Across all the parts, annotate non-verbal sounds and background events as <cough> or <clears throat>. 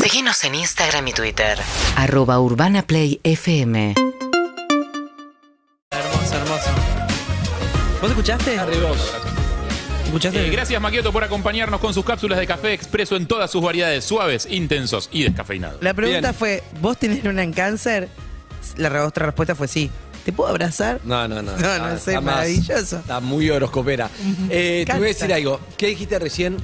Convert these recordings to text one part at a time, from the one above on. Seguinos en Instagram y Twitter. Arroba Urbana Play FM. Hermoso, hermoso. ¿Vos escuchaste? ¿Escuchaste? Eh, gracias Maquioto por acompañarnos con sus cápsulas de café expreso en todas sus variedades, suaves, intensos y descafeinados. La pregunta Bien. fue, ¿vos tenés una en cáncer? La re- otra respuesta fue sí. ¿Te puedo abrazar? No, no, no. <laughs> No, no, Ah, es está más- maravilloso. Está muy <laughs> horoscopera. Eh, te voy a decir encanta. algo. ¿Qué dijiste recién?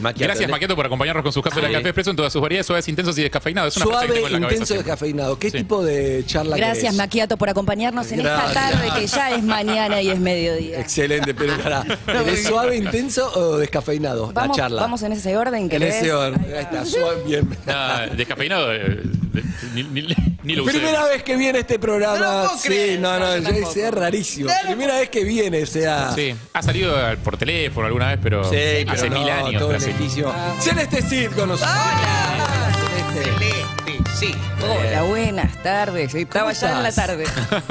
Maquiato, Gracias le- Maquioto por acompañarnos con sus cápsulas Sí. de café expreso en todas sus variedades, suaves, intensos y descafeinados. Es una frase que Suave, tengo en la cabeza intenso, siempre. descafeinado. ¿Qué Sí. tipo de charla Gracias, querés? Maquiato, por acompañarnos en Gracias. esta tarde que ya es mañana y es mediodía. Excelente, pero <laughs> para. ¿Eres suave, intenso o descafeinado la Vamos, charla? vamos en ese orden que En ves. ese orden. Ahí está, suave, bien. <laughs> Nada, descafeinado, eh, de- ni, ni- ni lo usé. Primera vez que viene este programa. No lo puedo sí, creer. No, no, no, yo ya- tampoco. sea rarísimo. No lo Primera vez que viene, o sea. Sí, ha salido eh, por teléfono alguna vez, pero Sí, pero hace no, mil años. todo pero sí. lejísimo. Celeste Cid con nosotros. Ah, ¡Hola! Celeste. Celeste, sí. Hola, buenas tardes. Estaba ya en la estás? tarde.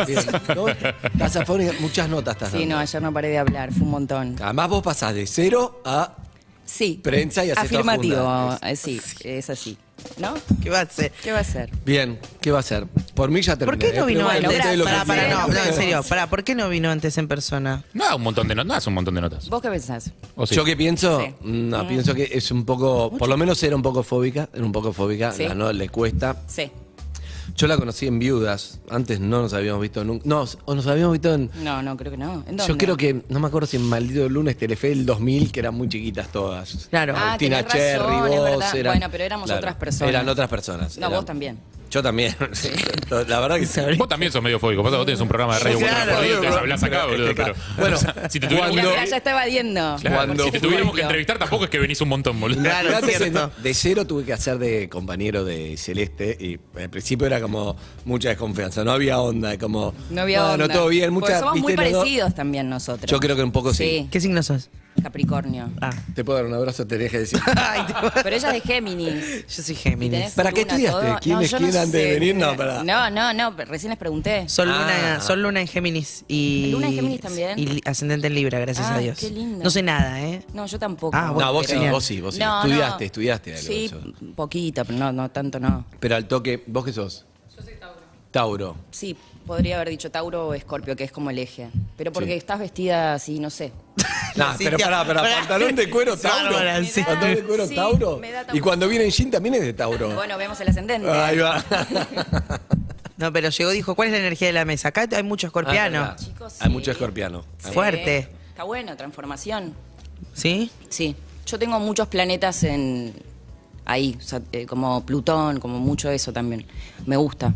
Bien, ¿no? Estás afónica, muchas notas estás Sí, no, dando. ayer no paré de hablar, fue un montón. Además vos pasás de cero a... Sí. Prensa y hace todo Afirmativo, juntas. eh, sí, es así. ¿no? ¿Qué va a ser? ¿Qué va a ser? Bien, ¿qué va a ser? Por mí ya ¿Por terminé. qué ¿eh? no vino Pero antes? bueno, ustedes lo Pará, que pará, no, quieran. no, en serio, pará, ¿por qué no vino antes en persona? No, un montón de notas, no hace un montón de notas. ¿Vos qué pensás? ¿O sí? Yo que pienso, Sí. no, pienso que es un poco, por lo menos era un poco fóbica, era un poco fóbica, Sí. la no le cuesta. Sí. Yo la conocí en Viudas, antes no nos habíamos visto nunca, no, o nos habíamos visto en, No, no, creo que no. ¿En yo dónde? creo que, no me acuerdo si en Maldito Lunes, Telefe del 2000, que eran muy chiquitas todas. Claro. Ah, Agustina tenés Cherry, razón, es vos. verdad. Eran, Bueno, pero éramos otras personas. Eran otras personas. No, eran- vos también. Yo también. <laughs> La verdad que sí. Vos también sos medio fóbico, vos vos tenés un programa de radio Claro, cuatro por día y boludo, te hablás acá, pero- boludo. claro. Pero, Bueno, <laughs> si te tuviéramos, Mira, cuando- mira, ya está evadiendo. Claro, cuando si te tuviéramos fui- que entrevistar tampoco es que venís un montón, boludo. Claro, es Antes en- cierto. de cero tuve que hacer de compañero de Celeste y al principio era como mucha desconfianza, no había onda, como No había bueno, onda. todo bien, Porque muchas somos muy viste, los dos- parecidos también nosotros. Yo creo que un poco sí. ¿Qué signo sos? <laughs> Capricornio. Ah. Te puedo dar un abrazo, te <laughs> dejé decir. Ay, te- Pero ella es de Géminis. <laughs> Yo soy Y Géminis. tenés ¿Para qué luna, estudiaste? todo. ¿Quién es yo quién antes de sé. venir? No, pará. No, no, no, recién les pregunté. Sol luna, Ah. sol luna en Géminis y. Luna en Géminis también. Y li- ascendente en Libra, gracias Ah, a Dios. qué lindo. No sé nada, ¿eh? No, yo tampoco. Ah, bueno, No, vos pero- sí, vos sí, vos sí. No, Estudiaste, no. estudiaste algo de Sí, eso. un poquito, pero no, no tanto no. Pero al toque, ¿vos qué sos? Yo soy Tauro. Tauro. Sí, podría haber dicho Tauro o Escorpio, que es como el eje. Pero porque Sí. estás vestida así, no sé. Nah, Sí, pero tía. pará, pará, Pará. pantalón de cuero Tauro. Bárbara, sí. Pantalón de cuero Sí, Tauro. me da Tauro. Y cuando viene en jean también es de Tauro. Bueno, vemos el ascendente. Ahí va. <laughs> No, pero llegó, dijo, ¿cuál es la energía de la mesa? Acá hay mucho escorpiano. Ah, es verdad. Chicos, Hay sí. mucho escorpiano. Sí. Fuerte. Está bueno, transformación. ¿Sí? Sí. Yo tengo muchos planetas en ahí, o sea, eh, como Plutón, como mucho eso también. Me gusta.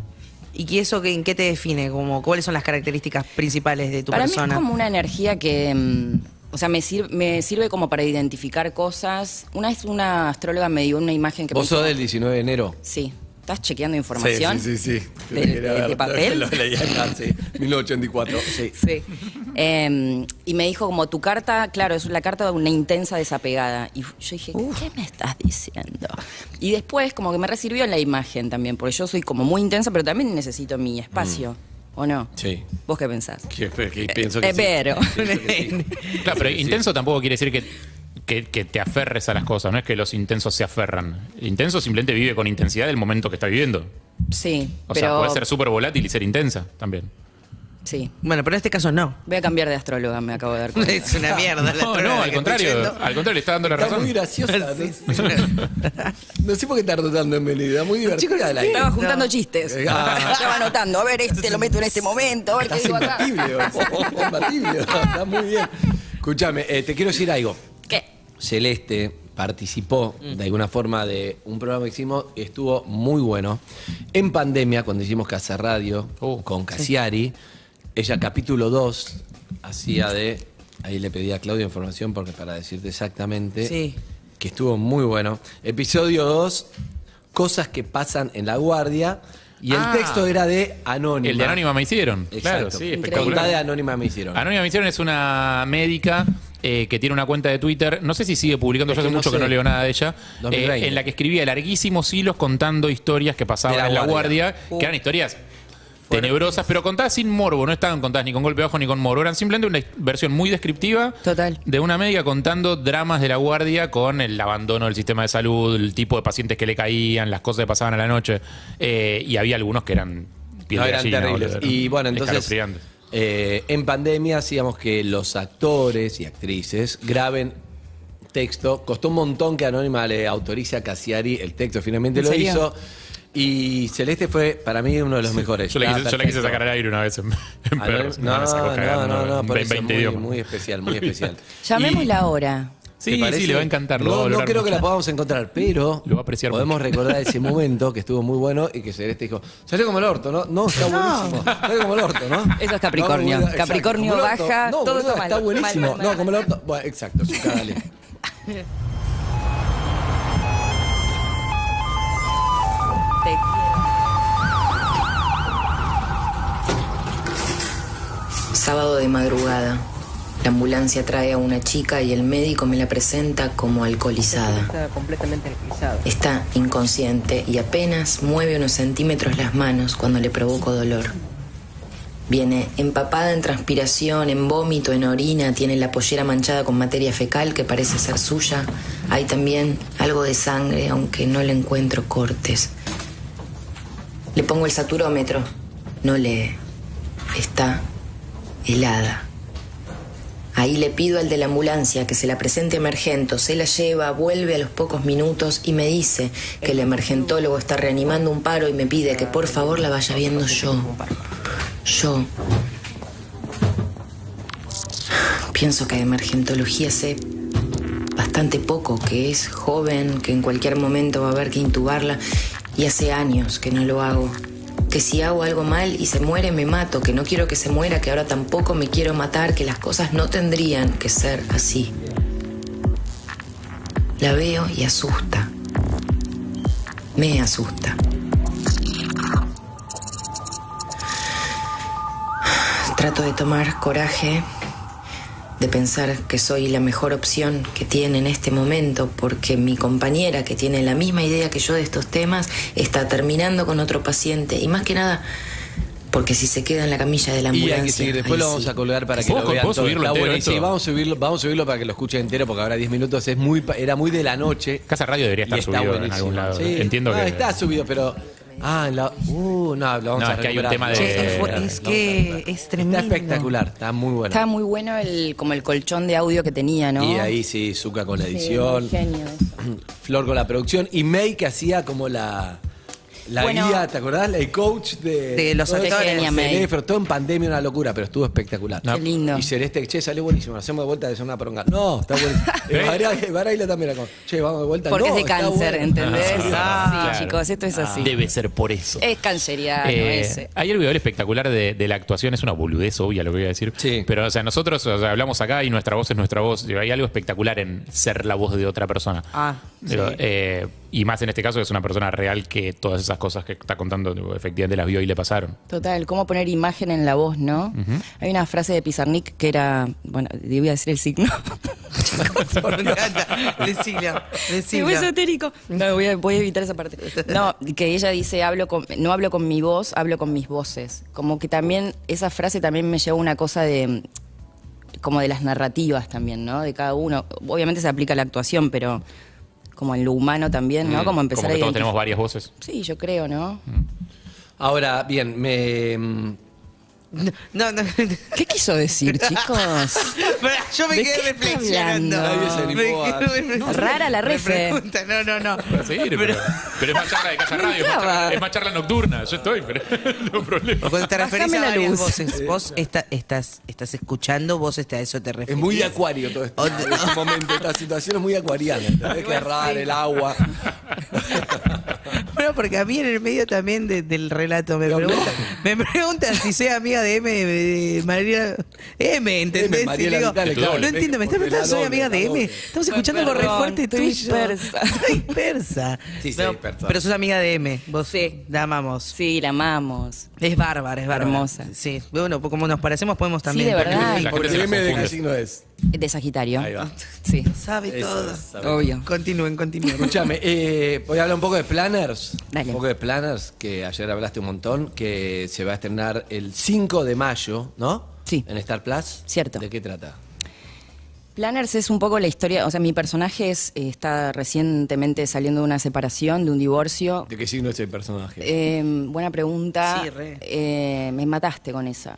¿Y qué- eso qué- en qué te define? Como, ¿Cuáles son las características principales de tu para mí persona? es como una energía que, mm, o sea, me sirve, me sirve como para identificar cosas. Una vez una astróloga me dio una imagen que ¿Vos me sos del 19 de enero? Sí. ¿Estás chequeando información? Sí, sí, sí. sí. ¿De, de- de papel? Lo leí acá, <laughs> sí. 1984. Sí. Sí. Eh, y me dijo como tu carta, claro, es la carta de una intensa desapegada. Y yo dije, ¿qué me estás diciendo? Y después como que me recibió la imagen también, porque yo soy como muy intensa, pero también necesito mi espacio, ¿o no? Mm. Sí. ¿Vos qué pensás? Que, que pienso que Eh, sí. pero... Claro, pero intenso tampoco quiere decir que, que- que te aferres a las cosas, no es que los intensos se aferran. Intenso simplemente vive con intensidad el momento que está viviendo. <laughs> Sí, O sea, pero... puede ser súper volátil y ser intensa también. Sí. Bueno, pero en este caso no. Voy a cambiar de astróloga, me acabo de dar cuenta. <laughs> Es una <laughs> mierda. la No, astróloga no, que al estoy contrario, yendo. al contrario, le está dando la Está razón. muy graciosa. No, <laughs> Sí, no sé por qué tardó tanto en venir. Era muy divertida la Estaba idea. juntando chistes. Ah. <laughs> Estaba anotando, a ver, este lo meto en este momento, a ver qué Estás digo acá. imbatible. vos. Estás imbatible. <laughs> Está muy bien. Escúchame, eh, te quiero decir algo. <laughs> ¿Qué? Celeste participó de alguna forma de un programa que hicimos, estuvo muy bueno. En pandemia, cuando hicimos Casa Radio Oh, con Casiari, ella capítulo 2 hacía de, ahí le pedí a Claudio información porque para decirte exactamente, Sí. que estuvo muy bueno. Episodio 2, cosas que pasan en la guardia, y el Ah. texto era de Anónima. El de Anónima me hicieron. Exacto. Claro, sí, Increíble. Contá de espectacular. Anónima me hicieron. Anónima Misión es una médica eh, que tiene una cuenta de Twitter. No sé si sigue publicando, Es yo hace que no mucho sé. que no leo nada de ella. 2020. eh, en la que escribía larguísimos hilos contando historias que pasaban De la en la guardia. guardia, que eran historias. tenebrosas, pero contadas sin morbo, no estaban contadas ni con golpe bajo ni con morbo, eran simplemente una versión muy descriptiva Total. de una médica contando dramas de la guardia con el abandono del sistema de salud, el tipo de pacientes que le caían, las cosas que pasaban a la noche, eh, y había algunos que eran piel No, de eran gallina, terribles. boludo, Y eran bueno, entonces, escalofriantes. eh, en pandemia hacíamos que los actores y actrices graben texto. Costó un montón que Anónima le autorice a Cassiari el texto. Finalmente ¿En lo serio? hizo. Y Celeste fue, para mí, uno de los mejores. Yo le, quise, Estaba yo le quise Ah, perfecto. sacar al aire una vez en, <laughs> en Ah, Perros. No, la sacó no, no, cagando, no, no, en por eso 20 muy, idiomas. muy especial, <laughs> muy especial. Llamémosla ahora. ¿Te Sí, parece? sí, le va a encantar. lo va a No, no valorar creo que mucho. la podamos encontrar, pero Lo va a apreciar podemos mucho. <laughs> recordar ese momento que estuvo muy bueno y que Celeste dijo, salió como el orto, ¿no? No, está buenísimo. Salió como el orto, ¿no? Eso es Capricornio. No, boluda, Capricornio como el orto. baja, todo no, boluda, está está mal. buenísimo. Mal, mal, mal. No, como el orto. Bueno, exacto, sí, dale. Te quiero. Sábado de madrugada. La ambulancia trae a una chica y el médico me la presenta como alcoholizada. Está completamente alcoholizado. Está inconsciente y apenas mueve unos centímetros las manos cuando le provoco dolor. Viene empapada en transpiración, en vómito, en orina, tiene la pollera manchada con materia fecal que parece ser suya. Hay también algo de sangre, aunque no le encuentro cortes. Le pongo el saturómetro. No lee. Está helada. Ahí le pido al de la ambulancia que se la presente a emergento. Se la lleva, vuelve a los pocos minutos y me dice que el emergentólogo está reanimando un paro y me pide que por favor la vaya viendo yo. Yo. Pienso que de emergentología sé bastante poco, que es joven, que en cualquier momento va a haber que intubarla y hace años que no lo hago. Que si hago algo mal y se muere me mato, que no quiero que se muera, que ahora tampoco me quiero matar, que las cosas no tendrían que ser así. La veo y asusta. Me asusta. Trato de tomar coraje, de pensar que soy la mejor opción que tiene en este momento, porque mi compañera, que tiene la misma idea que yo de estos temas, está terminando con otro paciente. Y más que nada, porque si se queda en la camilla de la Y ambulancia... hay que seguir, después ahí lo vamos sí. a colgar para que ¿Puedo- lo vean puedo todo. subirlo Está entero buenísimo. esto? Vamos a subirlo, vamos a subirlo para que lo escuchen entero porque ahora 10 minutos es muy pa- era muy de la noche. Casa Radio debería estar Y está subido en buenísimo. algún lado. Sí. Entiendo No, que. está subido, pero ah, en la uh, no, lo vamos No, a es que hay un recuperar. tema de- Che, Vamos a es recuperar. que Vamos a recuperar. es tremendo. Está espectacular, está muy bueno. Estaba muy bueno el, como el colchón de audio que tenía, ¿no? Y ahí sí, Zuka con la Sí, edición, un genio. <clears throat> Flor con la producción y May que hacía como la la Bueno. guía, ¿te acordás? El coach de, Eh, De los todo eso, actores. el Genia, este May. teléfono, todo en pandemia una locura, pero estuvo espectacular. Qué lindo. Y Celeste, che, salió buenísimo, lo hacemos de vuelta de una poronga. <laughs> No, está buenísimo. ¿Eh? Y Baraila también era como, che, vamos de vuelta. Porque no, es de está cáncer, bueno. ¿entendés? Ah, sí, claro. Ah. chicos, esto es así. Debe ser por eso. Es canceriano Eh, ese. hay algo espectacular de, de la actuación, es una boludez obvia lo que voy a decir. Sí. Pero, o sea, nosotros o sea, hablamos acá y nuestra voz es nuestra voz. Digo, Hay algo espectacular en ser la voz de otra persona. Ah, <laughs> Digo, sí. eh, y más en este caso, que es una persona real que todas esas cosas que está contando, digo, efectivamente las vio y le pasaron. Total, cómo poner imagen en la voz, ¿no? Hay una frase de Pizarnik que era, bueno, le voy a decir el signo. Me encanta. Decilo, Sí, decilo. muy esotérico. No, voy a, voy a evitar esa parte. No, que ella dice, hablo con, no hablo con mi voz, hablo con mis voces. Como que también, esa frase también me lleva a una cosa de, como de las narrativas también, ¿no? De cada uno. Obviamente se aplica a la actuación, pero como en lo humano también, ¿no? Como Mm, empezar Como que a todos identif- tenemos varias voces. Sí, yo creo, ¿no? Ahora, bien, me... mm, No, no. ¿Qué quiso decir, chicos? Pará, yo me ¿De quedé qué está reflexionando. hablando? Nadie se animó a- quedé- No, rara la me refe. pregunta, No, no, no. Sí, pero, pero es más charla de casa <laughs> Me radio, es más entraba. charla- es más charla nocturna. Yo estoy, pero <laughs> no problema. Cuando te Bájame referís a la varias luz. voces, vos está- estás, estás escuchando, vos está, a eso te Es referís. muy de acuario todo Oh, esto. En este momento, esta situación es muy <laughs> acuariana. ¿entendés? Que errar el agua. <laughs> Bueno, porque a mí en el medio también de- del relato me Lo preguntan, me preguntan si soy amiga de M de, de María M, ¿entendés? M, Y Mariela le digo, Vitale, claro, no entiendo, me estás porque la preguntando, soy doble, amiga la de M. doble. Estamos Ay, escuchando algo re perdón, fuerte estoy tuyo. <laughs> persa. Soy persa. Sí, Pero- soy persa. Pero sos amiga de M, vos Sí. la amamos. Sí, la amamos. Es bárbara, es bárbara. Hermosa. Sí, bueno, pues como nos parecemos podemos también. de verdad. La Ay, gente se Porque la M de confunde. qué signo es. De Sagitario. Ahí va. Sí. Sabe Eso todo. es, sabe. Obvio. Continúen, continúen. Escúchame, eh, voy a hablar un poco de Planners. Dale. Un poco de Planners, que ayer hablaste un montón, que se va a estrenar el 5 de mayo, ¿no? Sí. En Star Plus. Cierto. ¿De qué trata? Planners es un poco la historia, o sea, mi personaje es, eh, está recientemente saliendo de una separación, de un divorcio. ¿De qué signo es el personaje? Eh, buena pregunta. Sí, re. Eh, me mataste con esa.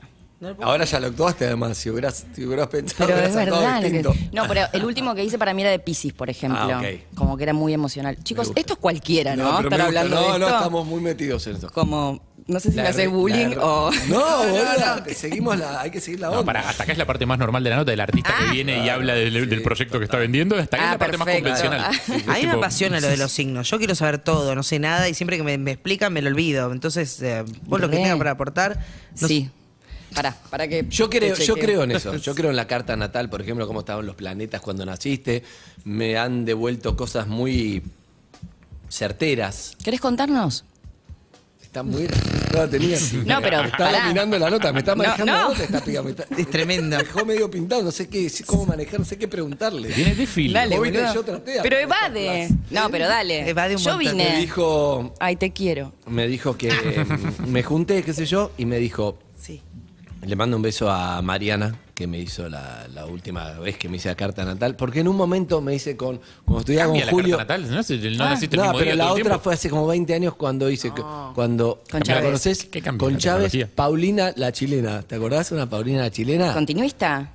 Ahora ya lo actuaste además, si hubieras, si hubieras pensado Pero hubieras es actuado verdad. lo que- distinto. No, pero el último que hice para mí era de Pisces, por ejemplo. Ah, ok. Como que era muy emocional. Chicos, gusta. esto es cualquiera, ¿no? pero me Estar gusta. hablando de No, no, esto. estamos muy metidos en eso. Como, no sé si me hace re- bullying <laughs> la- o... No, boluda, te seguimos la, hay que seguir la onda. No, para, hasta acá es la parte más normal de la nota, del artista que viene y habla del, del proyecto que está vendiendo. Hasta acá Ah, es la parte más perfecto. convencional. Ah. Sí, sí, A mí me tipo, apasiona lo de <laughs> los signos. Yo quiero saber todo, no sé nada y siempre que me, me explican me lo olvido. Entonces, eh, vos lo que Re. tengas para aportar. no Sí. Pará, para que... Yo creo, te yo chequee. creo <laughs> en eso. Yo creo en la carta natal, por ejemplo, cómo estaban los planetas cuando naciste. Me han devuelto cosas muy certeras. ¿Querés contarnos? Está muy. No la Ah, tenía. No, pero Está pará. dominando la nota, me está No, manejando no. la nota esta piba, me está- Es tremendo. Me dejó medio pintado, no sé qué, cómo manejar, no sé qué preguntarle. Viene de filo. Dale, Vos viste, boludo. yo traté de Pero arrancar evade. clase. No, pero dale. Evade un yo montón. Me vine. dijo, Ay, te quiero. me <laughs> dijo que mm, me junté, qué sé yo, y me dijo, Sí. Le mando un beso a Mariana, que me hizo la, la última vez que me hice la carta natal, porque en un momento me hice con. Cuando estudiaba con Cambia la Julio. carta natal, ¿no? Si no Ah. naciste el No, mismo pero día la todo el otra tiempo. fue hace como 20 años cuando hice. cuando Con ¿la Chávez. conoces? ¿Qué cambió Con la Chávez, tecnología? Paulina la chilena. ¿Te acordás? Una Paulina la chilena. ¿Continuista?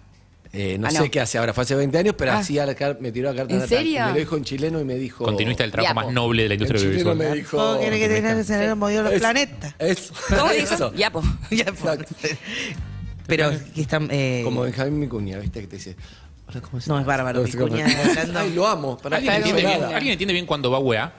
Eh, no Ah, sé no. qué hace ahora, fue hace 20 años, pero Ah. hacía la car- me tiró la carta ¿En natal. serio? Y Me lo dijo en chileno y me dijo. Continuista del trabajo Diapo. más noble de la En industria chileno audiovisual. me <laughs> dijo. ¿Cómo quiere que tengas que tener movido los Es- planetas? Eso. <laughs> ¿Cómo dijo? eso. Yapo. Ya, pues. Pero que están. eh, Como Benjamín Micuña, ¿viste? Que te dice. <laughs> "Hola, ¿cómo No, es bárbaro, ¿Cómo Micuña, estás?" hablando. Ay, lo amo. Para mí ¿Alguien, no Claro. entiende hizo bien, nada. ¿Alguien entiende bien cuando va UEA?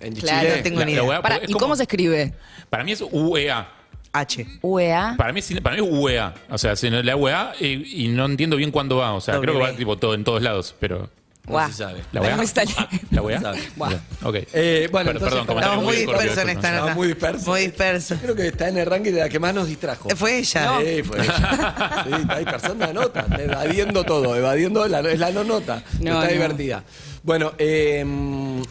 En Claro, Chile. no tengo La- E ni la idea. UEA, Pará, es ¿y como- cómo se escribe? Para mí es E UEA. H. UEA. Para mí, es- para mí es UEA. O sea, si no- la UEA y, y no entiendo bien cuándo va. O sea, creo que va W. tipo todo en todos lados, pero. No se sabe. ¿La UEA? No me sale. ¿La UEA? No se sabe. Buah. Ok. Eh, bueno, Pero- entonces- perdón, comentario Estamos muy discordio, dispersos en disculpen. esta Estaba nota. muy disperso. Muy disperso. Creo que está en el ranking de la que más nos distrajo. Fue ella. Sí, fue <laughs> ella. Sí, está dispersando la nota, está evadiendo todo, evadiendo la, es la no nota. No, está no. divertida. Bueno, eh, me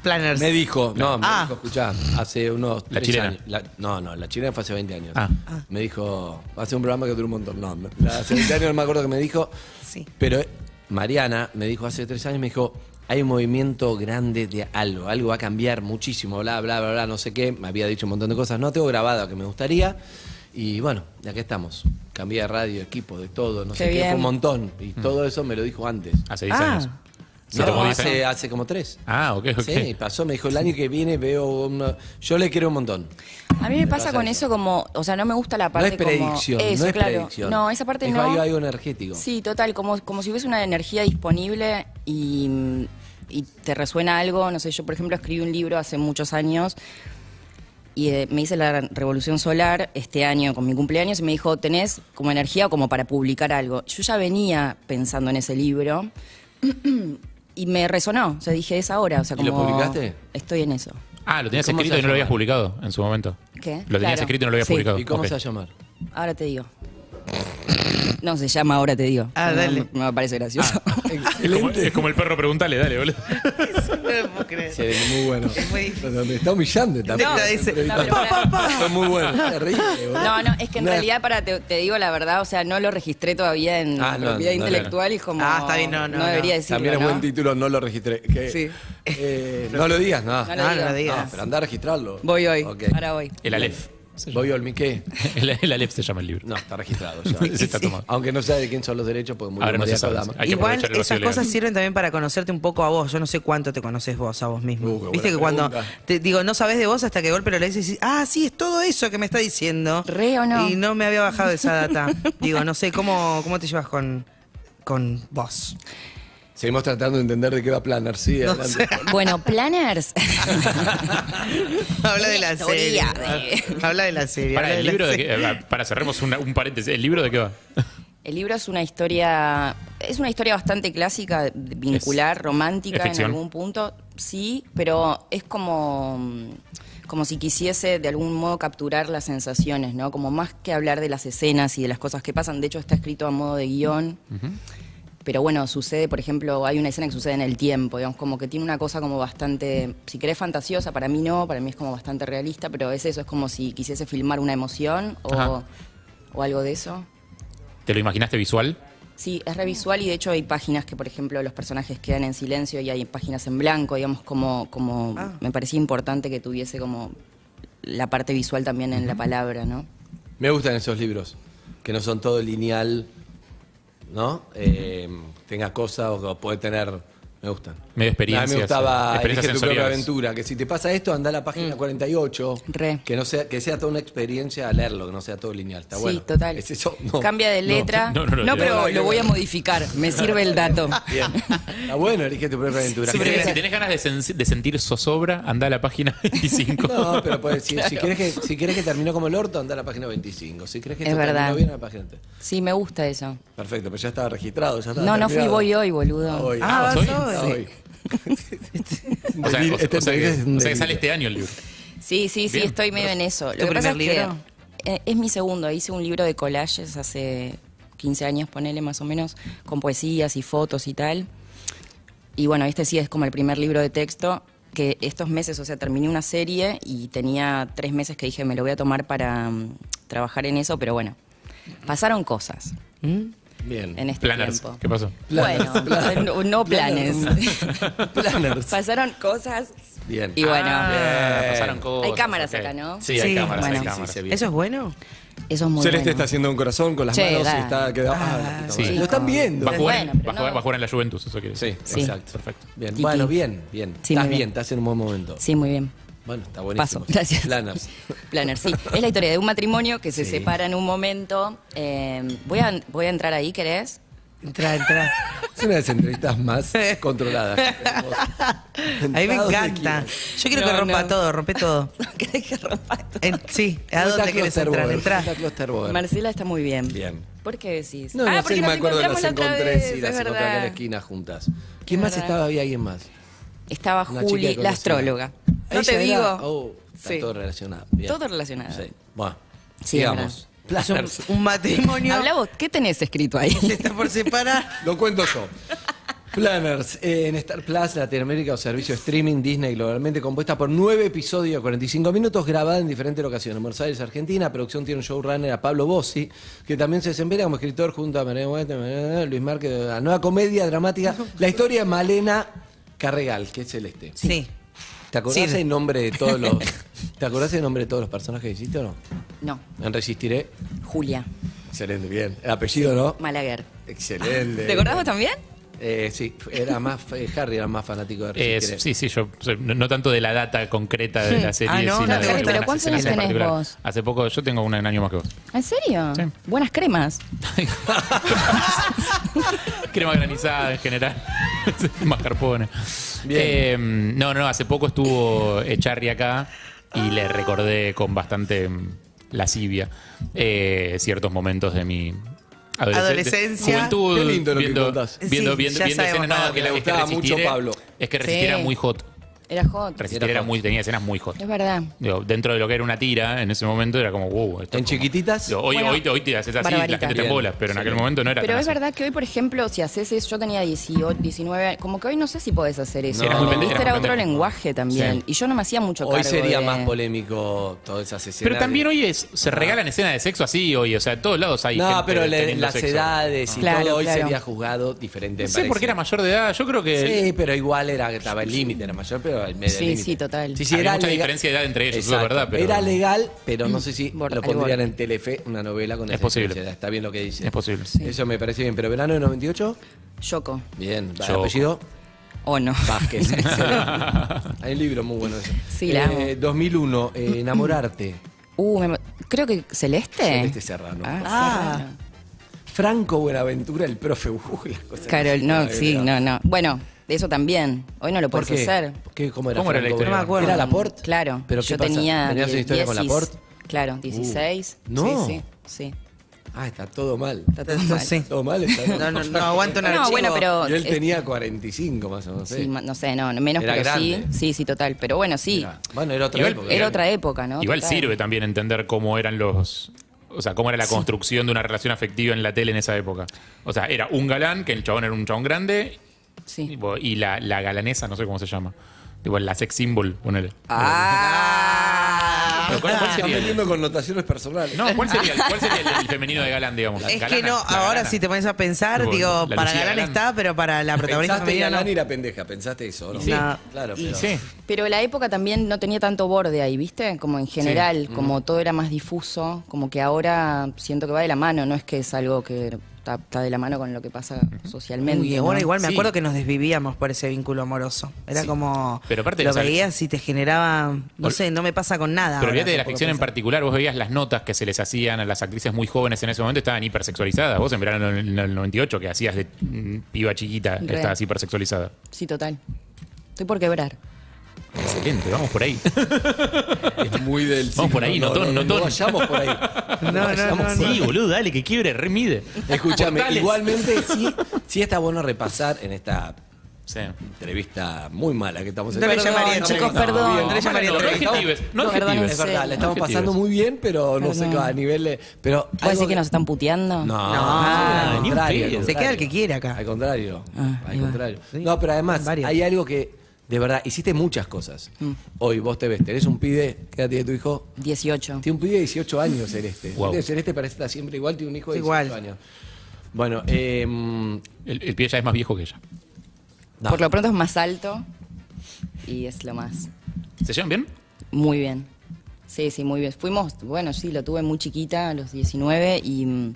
Planners. dijo, no, me Ah. dijo, escuchá, hace unos La tres chilena. años. la- no, no, la chilena fue hace 20 años. Ah. Me dijo, hace un programa que duró un montón. No, me- la- hace 20 años no me acuerdo que me dijo. Sí. Pero eh, Mariana me dijo hace tres años, me dijo, hay un movimiento grande de algo, algo va a cambiar muchísimo, bla, bla, bla, bla, no sé qué. Me había dicho un montón de cosas, no tengo grabado que me gustaría. Y bueno, y acá estamos. Cambié de radio, equipo, de todo, no Qué sé qué, fue bien. Ah. un montón. Y todo eso me lo dijo antes. Hace 10 años. Ah. Se No, tomó 10 años. hace, hace como tres. Ah, ok, ok. Sí, pasó, me dijo, el año que viene veo una... Yo le quiero un montón. A mí me pasa con eso como, o sea, no me gusta la No parte es como- predicción, eso, no es claro. predicción. No, esa parte Dijo, no. Hay algo energético. Sí, total, como, como si hubiese una energía disponible y, y te resuena algo. No sé, yo por ejemplo escribí un libro hace muchos años y eh, me hice la revolución solar este año con mi cumpleaños y me dijo, tenés como energía como para publicar algo. Yo ya venía pensando en ese libro <clears throat> y me resonó. O sea, dije, es ahora. O sea, ¿Y como lo publicaste? Estoy en eso. Ah, lo tenías ¿Cómo escrito se y no lo habías llama? publicado en su momento. ¿Qué? Lo tenías Claro. escrito y no lo habías Sí. publicado. ¿Y cómo Ok. se va a llamar? Ahora te digo. No, se llama Ahora te digo. Ah, No, dale. Ah. Me, me parece gracioso. Es como, es como el perro, preguntale, dale, <laughs> boludo. Sí, <laughs> muy bueno. muy- Pero Me está humillando también. No, dice, Entrevistando. no, pero- Fue muy <laughs> bueno. Terrible, boludo. No, no, es que en No, realidad, para te, te digo la verdad, o sea, no lo registré todavía en Ah, no, propiedad no, no. intelectual y como. Ah, está bien, no, no, no. debería decirlo. También es ¿no? buen título, no lo registré. Que, Sí. eh, no lo digas, no. No lo No, No, digo. no lo digas. pero anda a registrarlo. Voy hoy. Ok. Ahora voy. El Aleph. Voy al Miqué. <laughs> El, el Aleph se llama el libro. No, está registrado <laughs> ya. Se está tomado. Aunque no sea de quién son los derechos, porque muy Ahora no María se sabe. Kodama. Hay que Igual aprovechar el esas vacío cosas legal. sirven también para conocerte un poco a vos. Yo no sé cuánto te conoces vos a vos mismo. Uh, qué Viste que buena cuando pregunta. te digo, no sabes de vos hasta que de golpe lo lees y decís, ah, sí, es todo eso que me está diciendo. ¿Re o no? Y no me había bajado <laughs> esa data. digo, no sé, ¿cómo, cómo te llevas con, con vos? Sí, Seguimos tratando de entender de qué va Planner, sí, adelante. <laughs> Bueno, planners. <laughs> Habla de la serie. Teoría de- Habla de la <laughs> serie. Para, habla de el la libro de serie. qué- eh, para cerremos una- un paréntesis. ¿El libro de qué va? El libro es una historia, es una historia bastante clásica, de- vincular, Es- es romántica en ficción. algún punto, sí, pero es como, mm, como si quisiese de algún modo capturar las sensaciones, ¿no? Como más que hablar de las escenas y de las cosas que pasan. De hecho, está escrito a modo de guión. Pero bueno, sucede, por ejemplo, hay una escena que sucede en el tiempo, digamos, como que tiene una cosa como bastante, si querés, fantasiosa, para mí no, para mí es como bastante realista, pero es eso, es como si quisiese filmar una emoción o, Ajá. o algo de eso. ¿Te lo imaginaste visual? Sí, es revisual y de hecho hay páginas que, por ejemplo, los personajes quedan en silencio y hay páginas en blanco, digamos, como, como me parecía importante que tuviese como la parte visual también en la palabra, ¿no? Me gustan esos libros, que no son todo lineal, ¿no? Eh, tenga cosas o, o puede tener. Me gustan. Medio A mí experiencias, me gustaba eh, experiencias Elige tu propia sensoriales. aventura. Que si te pasa esto, anda a la página 48. Mm. Re. Que, no sea, que sea toda una experiencia leerlo, que no sea todo lineal. Está sí, bueno. total. ¿Es eso? No. Cambia de Oh. No. letra. <laughs> No, no, no, no, pero no, no, lo no. voy a modificar. Me sirve el dato. Bien. Está bueno, elige tu propia aventura. Si Sí, tenés, pero- si tenés ganas de, sen- de sentir zozobra, anda a la página <laughs> 25. No, pero pues, puedes <laughs> decir, si querés que, si querés que terminó como el orto, anda a la página 25. Si querés que Es esto terminó verdad. bien, a la página 30. Sí, me gusta eso. Perfecto, pero ya estaba registrado. Ya estaba No, no fui, terminado. voy hoy, boludo. Ah, hoy. Ah, vas ¿Soy? hoy. Ah, <laughs> hoy. O sea, o- o sea que- Este o sea es un que sale delito. este año el libro. Sí, sí, sí, Bien. estoy medio en eso. ¿Tu Lo que pasa es primer libro? que eh, es mi segundo. Hice un libro de collages hace 15 años, ponele más o menos, con poesías y fotos y tal. Y bueno, este sí es como el primer libro de texto que estos meses, o sea, terminé una serie y tenía tres meses que dije me lo voy a tomar para mm, trabajar en eso, pero bueno, pasaron cosas ¿Mm? Bien. en este Planners. tiempo. ¿Qué pasó? Planners, bueno, planners. no, no planes. <laughs> Planners. pasaron cosas Bien. y bueno. Ah, Bien. pasaron cosas, Hay cámaras ok. acá, ¿no? Sí, hay Sí, cámaras, bueno. hay Sí, cámaras. sí, se ¿Eso es bueno? Eso es muy Celeste bueno. está haciendo un corazón con las Che, manos y dale. está quedando. Ah, la puta Sí. madre. Lo están viendo. Va a jugar, Bueno, pero va a jugar- no. va a jugar en la Juventus, eso quiere decir. Sí. exacto. Perfecto. Bien. Tiki. Bueno, bien, bien. Sí, estás muy bien. bien, estás en un buen momento. Sí, muy bien. Bueno, está buenísimo. Paso, gracias. Planners. Planner, sí. Es la historia de un matrimonio que se separa en un momento. Eh, voy, a, voy a entrar ahí, ¿querés? Entra, entra. Es una de las <laughs> entrevistas más controladas. que tenemos. A mí me Entrados de encanta. quilombo. Yo quiero que No, rompa no. todo, rompe todo. <laughs> ¿Querés que rompa todo? En- sí, ¿a ¿Cómo dónde está querés Clusterboard? entrar? Entrá. ¿Cómo está Clusterboard? Marcela está muy bien. Bien. ¿Por qué decís? Ah, No, no sé, me acuerdo que encontramos las la otra encontré, vez, sí, es las encontré acá en la verdad. esquina juntas. ¿Quién más verdad. estaba? Había alguien más. Estaba Una chica Juli, que la conocía. astróloga. No Ella te era- digo. Oh, está Sí. todo relacionado. Bien. Todo relacionado. Sí. Bueno, Sí, sigamos. Es un, Planners. un <laughs> matrimonio. Habla vos, ¿qué tenés escrito ahí? Se está por separar. Lo cuento yo. Planners, eh, en Star Plus, Latinoamérica o servicio de streaming Disney globalmente, compuesta por nueve episodios de 45 minutos, grabada en diferentes locaciones. En Buenos Aires, Argentina, producción tiene un showrunner a Pablo Bossi, que también se desempeña como escritor junto a Mariano Huete, eh, Luis Márquez, la nueva comedia dramática, la historia de Malena Carregal, que es celeste. Sí. ¿Te acordás Sí. el nombre de <laughs> todos los. ¿Te acordás el nombre de todos los personajes que hiciste o no? No, En Resistiré. <laughs> Julia Excelente, bien. El apellido, ¿no? Malaguer. Excelente. ¿Te acordás vos también? Eh, sí, era más, eh, Harry era más fanático de Eh, Resistiré. sí, sí, yo soy- no, no tanto de la data concreta Hmm. de la serie, Ah, no, sino no te de gusta. algunas Pero ¿cuántos escenas años en tenés particular. vos? Hace poco, yo tengo un año más que vos. ¿En serio? Sí. Buenas cremas. Crema granizada en general. <laughs> Mascarpone. Bien. Eh, no, no, hace poco estuvo Echarri acá y le recordé con bastante mm, lascivia eh, ciertos momentos de mi. adolesc- Adolescencia. Juventud. Qué lindo lo que viendo, contás. Viendo, Sí, viendo, ya viendo sabemos, escenas. No, Pablo. que la- Me es que gustaba mucho Resistiré- Pablo. Es que resistir era Sí. muy hot. Era hot. Resistir Era era hot. muy, tenía escenas muy hot. Es verdad. Digo, dentro de lo que era una tira, en ese momento era como, wow. esto es ¿En como- chiquititas? Digo, hoy, Bueno, hoy, hoy te haces así, la Barbarita. gente te Bien. bola, pero en aquel momento no era Pero tan es así. verdad que hoy, por ejemplo, si haces eso, yo tenía 18, 19, como que hoy no sé si podés hacer eso. No. Eras muy Porque pendejo, este eras era muy otro pendejo. lenguaje también. Y yo no me hacía mucho Hoy cargo sería de- más polémico todas esas escenas. Pero también de- hoy es- se regalan escenas de sexo así hoy, o sea, en todos lados hay gente No, pero le- teniendo las sexo. edades y Claro, todo hoy claro. sería juzgado diferente. No me sé por parece. qué era mayor de edad, yo creo que Sí, pero igual era estaba el límite, era mayor, pero el medio Sí, límite. sí, total. Sí, sí, Había era mucha legal- diferencia de edad entre ellos, eso es Exacto. verdad, pero- Mm. Era legal, pero no sé si Borde- lo al pondrían borde. en Telefe, una novela con Es esa posible. diferencia de edad. Está bien lo que dice. es posible. Eso me parece bien. Pero verano de 98, Yoko. bien. ¿El Yo- apellido? ¿O no? Vázquez. Hay un libro muy bueno de eso. Sí, la Eh, 2001, eh, Enamorarte. Uh, me- creo que Celeste. Celeste Serrano. Ah, Serrano. Franco Buenaventura, el profe Ujú, las cosas que Carol, hiciste, no, madre sí, <laughs> mía. no, no. Bueno, de eso también. Hoy no lo ¿Por puedes qué? hacer. ¿Qué- ¿Cómo era, ¿Cómo era la historia? Franco Buenaventura? No me acuerdo. ¿Era Laporte? Claro. ¿Pero qué yo pasa? tenía. ¿Tenías una 10, historia con 10, Laporte? Uh. Claro, 16. No. Sí, sí. sí. Ah, está todo mal. Está todo No mal. sé. Todo mal está. No, no, no aguanto <laughs> un No, archivo. bueno, pero- Y él es- tenía 45 más o menos. Sí, sí. ma- no sé, no, no, menos, Era pero sí. grande. Sí, sí, total. Pero bueno, sí. Era- Bueno, era otra Igual- época. Era otra época, ¿no? Igual Total. sirve también entender cómo eran los. O sea, cómo era la construcción de una relación afectiva en la tele en esa época. O sea, era un galán, que el chabón era un chabón grande, Sí. tipo, y la, la galanesa, no sé cómo se llama. Tipo, la sex symbol, ponele. Ah. Pero ¿Cuál, cuál Están sería el, metiendo connotaciones personales. no, ¿cuál sería el, cuál sería el- el femenino de galán, <laughs> digamos? Es Galana, que no, la ahora galana. si te pones a pensar, Tipo, digo, la para Lucía Galán Galán. está, pero para la <laughs> protagonista Pensaste femenina en Alan no. y la pendeja, pensaste eso, ¿no? Sí. No. Claro, Y- pero- Sí. Pero la época también no tenía tanto borde ahí, ¿viste? Como en general, como todo era más difuso, como que ahora siento que va de la mano, no es que es algo que está, está de la mano con lo que pasa socialmente. Uy, ahora ¿no? igual me Sí. acuerdo que nos desvivíamos por ese vínculo amoroso. Era como Pero aparte, lo o sea, veías y te generaba, no Ol- sé, no me pasa con Pero nada. ahora olvídate de la tampoco ficción en Ah, pensar. particular, vos veías las notas que se les hacían a las actrices muy jóvenes en ese momento, estaban hipersexualizadas. Vos en verano del del 98, que hacías de mm, piba chiquita, Re. estabas hipersexualizada. Sí, total. Estoy por quebrar. Excelente, vamos por ahí. <laughs> Es muy del Vamos por siglo. ahí, notón, No notón. vayamos <laughs> por ahí. No, no, vayamos no, por no. ahí. Sí, boludo, dale, que quiebre, remide. Escúchame, Portales. <laughs> igualmente sí, sí está bueno repasar en esta Sí. entrevista muy mala que estamos No le llamaría, no, chicos, no, perdón. bien, No, Andrés llamaría no, no entrevista. adjetives, no No, perdón, adjetives. Es verdad, la estamos Objetivos. pasando muy bien, pero no sé Perdón. qué a nivel de- Pero ¿Puedes algo decir que nos están puteando? No, Ah, al ni un contrario, pedo. al Se queda el contrario. que quiere acá. Al contrario. Ah, ahí al va. contrario. Sí. No, pero además, Varios. hay algo que, de verdad, hiciste muchas cosas. Hoy vos te ves, tenés un pibe, ¿qué edad tiene tu hijo? 18. Tiene un pibe de 18 años, Celeste. Guau. Celeste- Celeste parece estar siempre igual, tiene un hijo de 18 Igual. años. Bueno, eh, mm, El, el pie ya es más viejo que ella. no. Por lo pronto es más alto y es lo más. ¿Se llevan bien? Muy bien. Sí, sí, muy bien. Fuimos, bueno, sí, lo tuve muy chiquita, a los 19, y mm,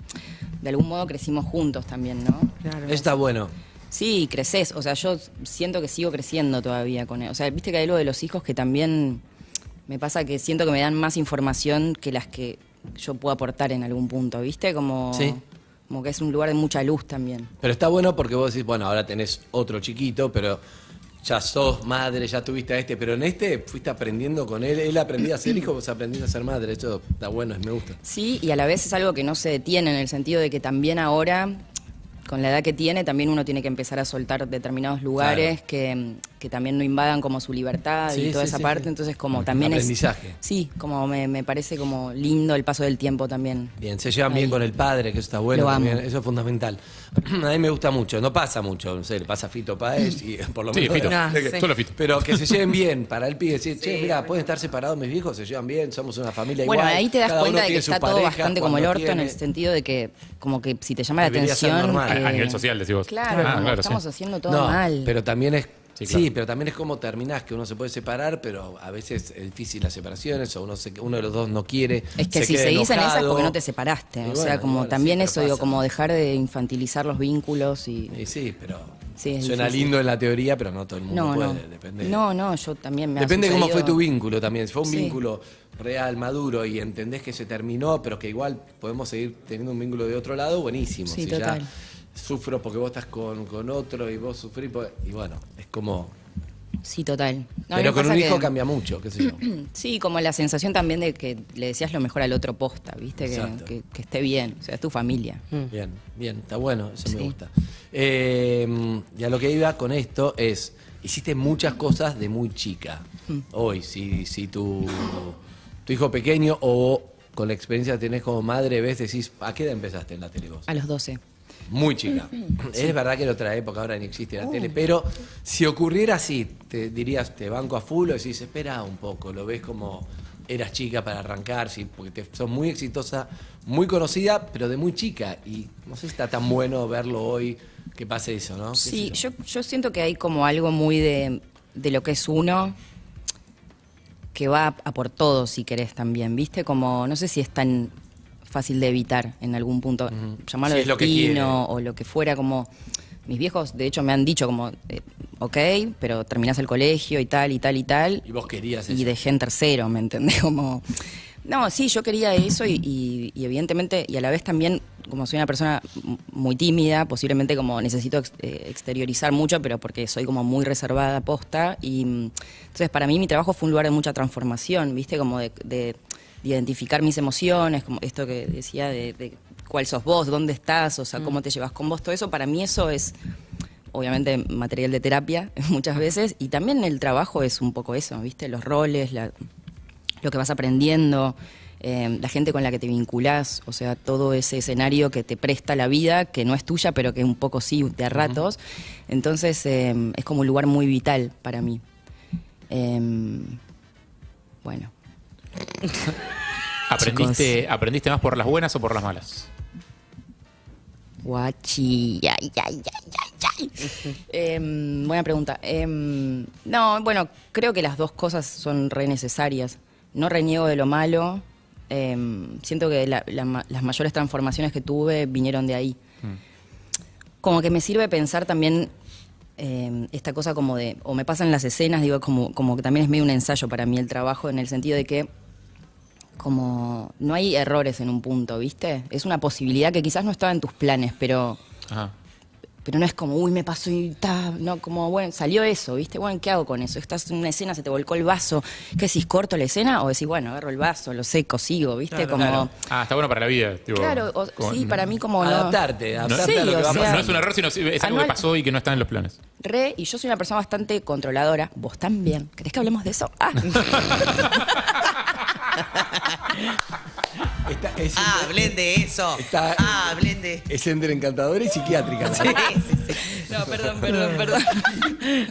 de algún modo crecimos juntos también, ¿no? Claro. está bueno. Sí, creces. O sea, yo siento que sigo creciendo todavía con él. O sea, viste que hay lo de los hijos que también me pasa que siento que me dan más información que las que yo puedo aportar en algún punto, ¿viste? Como, Sí. como que es un lugar de mucha luz también. Pero está bueno porque vos decís, bueno, ahora tenés otro chiquito, pero ya sos madre, ya tuviste a este, pero en este fuiste aprendiendo con él, él aprendía a ser hijo, vos aprendiste a ser madre, eso está bueno, me gusta. Sí, y a la vez es algo que no se detiene en el sentido de que también ahora, con la edad que tiene, también uno tiene que empezar a soltar determinados lugares que, que también no invadan como su libertad Sí, y toda sí, esa sí, parte. sí. Entonces, como también Aprendizaje. es. Sí, como me, me parece como lindo el paso del tiempo también. Bien, se llevan bien con el padre, que eso está bueno Lo amo. también, eso es fundamental. <clears throat> A mí me gusta mucho, no pasa mucho, no sé, le pasa a Fito Páez y eh, por lo Sí, menos. Fito. No, sí. Solo Fito. Pero que se lleven bien para el pibe, decir, che, mira, pueden estar separados mis viejos, se llevan bien, somos una familia Bueno, igual. ahí te das cada uno cuenta de que tiene su está todo pareja bastante como el cuando orto en el tiene". sentido de que, como que si te llama la Debería ser atención. normal. A- a eh, nivel social, decís vos. Claro, Ah, como claro, estamos sí. haciendo todo no, mal. Pero también es. Sí, Sí, claro. pero también es como terminás, que uno se puede separar, pero a veces es difícil las separaciones, o uno, se- uno de los dos no quiere. Es que se si queda seguís en esas enojado. porque no te separaste. Y o bueno, sea, y como bueno, sí, también pero eso, digo, pasa. como dejar de infantilizar los vínculos y. Y sí, pero. Sí, es suena difícil. lindo en la teoría, pero no todo el mundo No, puede, no. depende. No, no, yo también me ha Depende de cómo fue sucedido. tu vínculo también. Si fue un Sí. vínculo real, maduro y entendés que se terminó, pero que igual podemos seguir teniendo un vínculo de otro lado, buenísimo. Sí, si total. ya sufro porque vos estás con, con otro y vos sufrís. por- Y bueno, es como. Sí, total. No, a mí me pero con pasa un que- hijo cambia mucho, qué sé yo. <clears throat> Sí, como la sensación también de que le decías lo mejor al otro posta, ¿viste? Exacto. Que, que- que esté bien, o sea, es tu familia. Bien, bien, está bueno, eso me Sí. gusta. Eh, y a lo que iba con esto es, hiciste muchas cosas de muy chica. Hoy, si, si tu, tu hijo pequeño o con la experiencia que tenés como madre, ves, decís, ¿a qué edad empezaste en la tele vos? A los 12. Muy chica. Es verdad que en otra época ahora ni existe Oh. la tele, pero si ocurriera así, te dirías, te banco a full o decís, espera un poco, lo ves como eras chica para arrancar, sí, porque te, sos muy exitosa, muy conocida, pero de muy chica. Y no sé si está tan bueno verlo hoy, que pase eso, ¿no? ¿Qué sé Sí, yo? yo, yo siento que hay como algo muy de, de lo que es uno que va a, a por todo, si querés también, ¿viste? Como, no sé si es tan fácil de evitar en algún punto, llamarlo Sí, es lo que destino o lo que fuera, como mis viejos de hecho me han dicho como, eh, ok, pero terminás el colegio y tal y tal y tal, Y vos querías eso. y dejé en tercero, ¿me entendés? <laughs> Como, No, sí, yo quería eso y, y- y evidentemente, y a la vez también, como soy una persona m- muy tímida, posiblemente como necesito ex- eh, exteriorizar mucho, pero porque soy como muy reservada, posta, y mm, entonces para mí mi trabajo fue un lugar de mucha transformación, ¿viste? Como de, de- de identificar mis emociones, como esto que decía de, de cuál sos vos, dónde estás, o sea, cómo te llevas con vos, todo eso, para mí eso es... Obviamente material de terapia <laughs> muchas veces y también el trabajo es un poco eso, ¿viste? Los roles, la, lo que vas aprendiendo, eh, la gente con la que te vinculás, o sea, todo ese escenario que te presta la vida, que no es tuya, pero que un poco sí, de a ratos. Entonces, eh, es como un lugar muy vital para mí. Eh, bueno, ¿Aprendiste, ¿Aprendiste más por las buenas o por las malas? guachi, ay, ay, ay, ay, ay. <laughs> Em, buena pregunta. Em, no, bueno, creo que las dos cosas son re necesarias. No reniego de lo malo. em, siento que la- la ma- las mayores transformaciones que tuve vinieron de ahí. Mm. como que me sirve pensar también eh, esta cosa como de, o me pasan las escenas, digo, como, como que también es medio un ensayo para mí el trabajo, en el sentido de que como no hay errores en un punto, ¿viste? Es una posibilidad que quizás no estaba en tus planes, pero, Ajá. pero no es como, uy, me pasó y ta, no, como, bueno, salió eso, ¿viste? Bueno, ¿qué hago con eso? Estás en una escena, se te volcó el vaso, ¿qué decís, corto la escena? O decís, bueno, agarro el vaso, lo seco, sigo, ¿viste? como... Ah, está bueno para la vida. tipo, Claro, o- como- sí, para mí como no- Adaptarte, No, adaptarte Sí, a lo que o va a sea- pasar. no es un error, sino es algo que Anual. pasó y que no está en los planes. Re, y yo soy una persona bastante controladora. Vos también. ¿Querés que hablemos de eso? <laughs> Ah. Está- es, Ah, hablen de eso. Está- Ah, hablen de. es entre encantadora y psiquiátrica. Sí, sí, sí. no, perdón, perdón, perdón.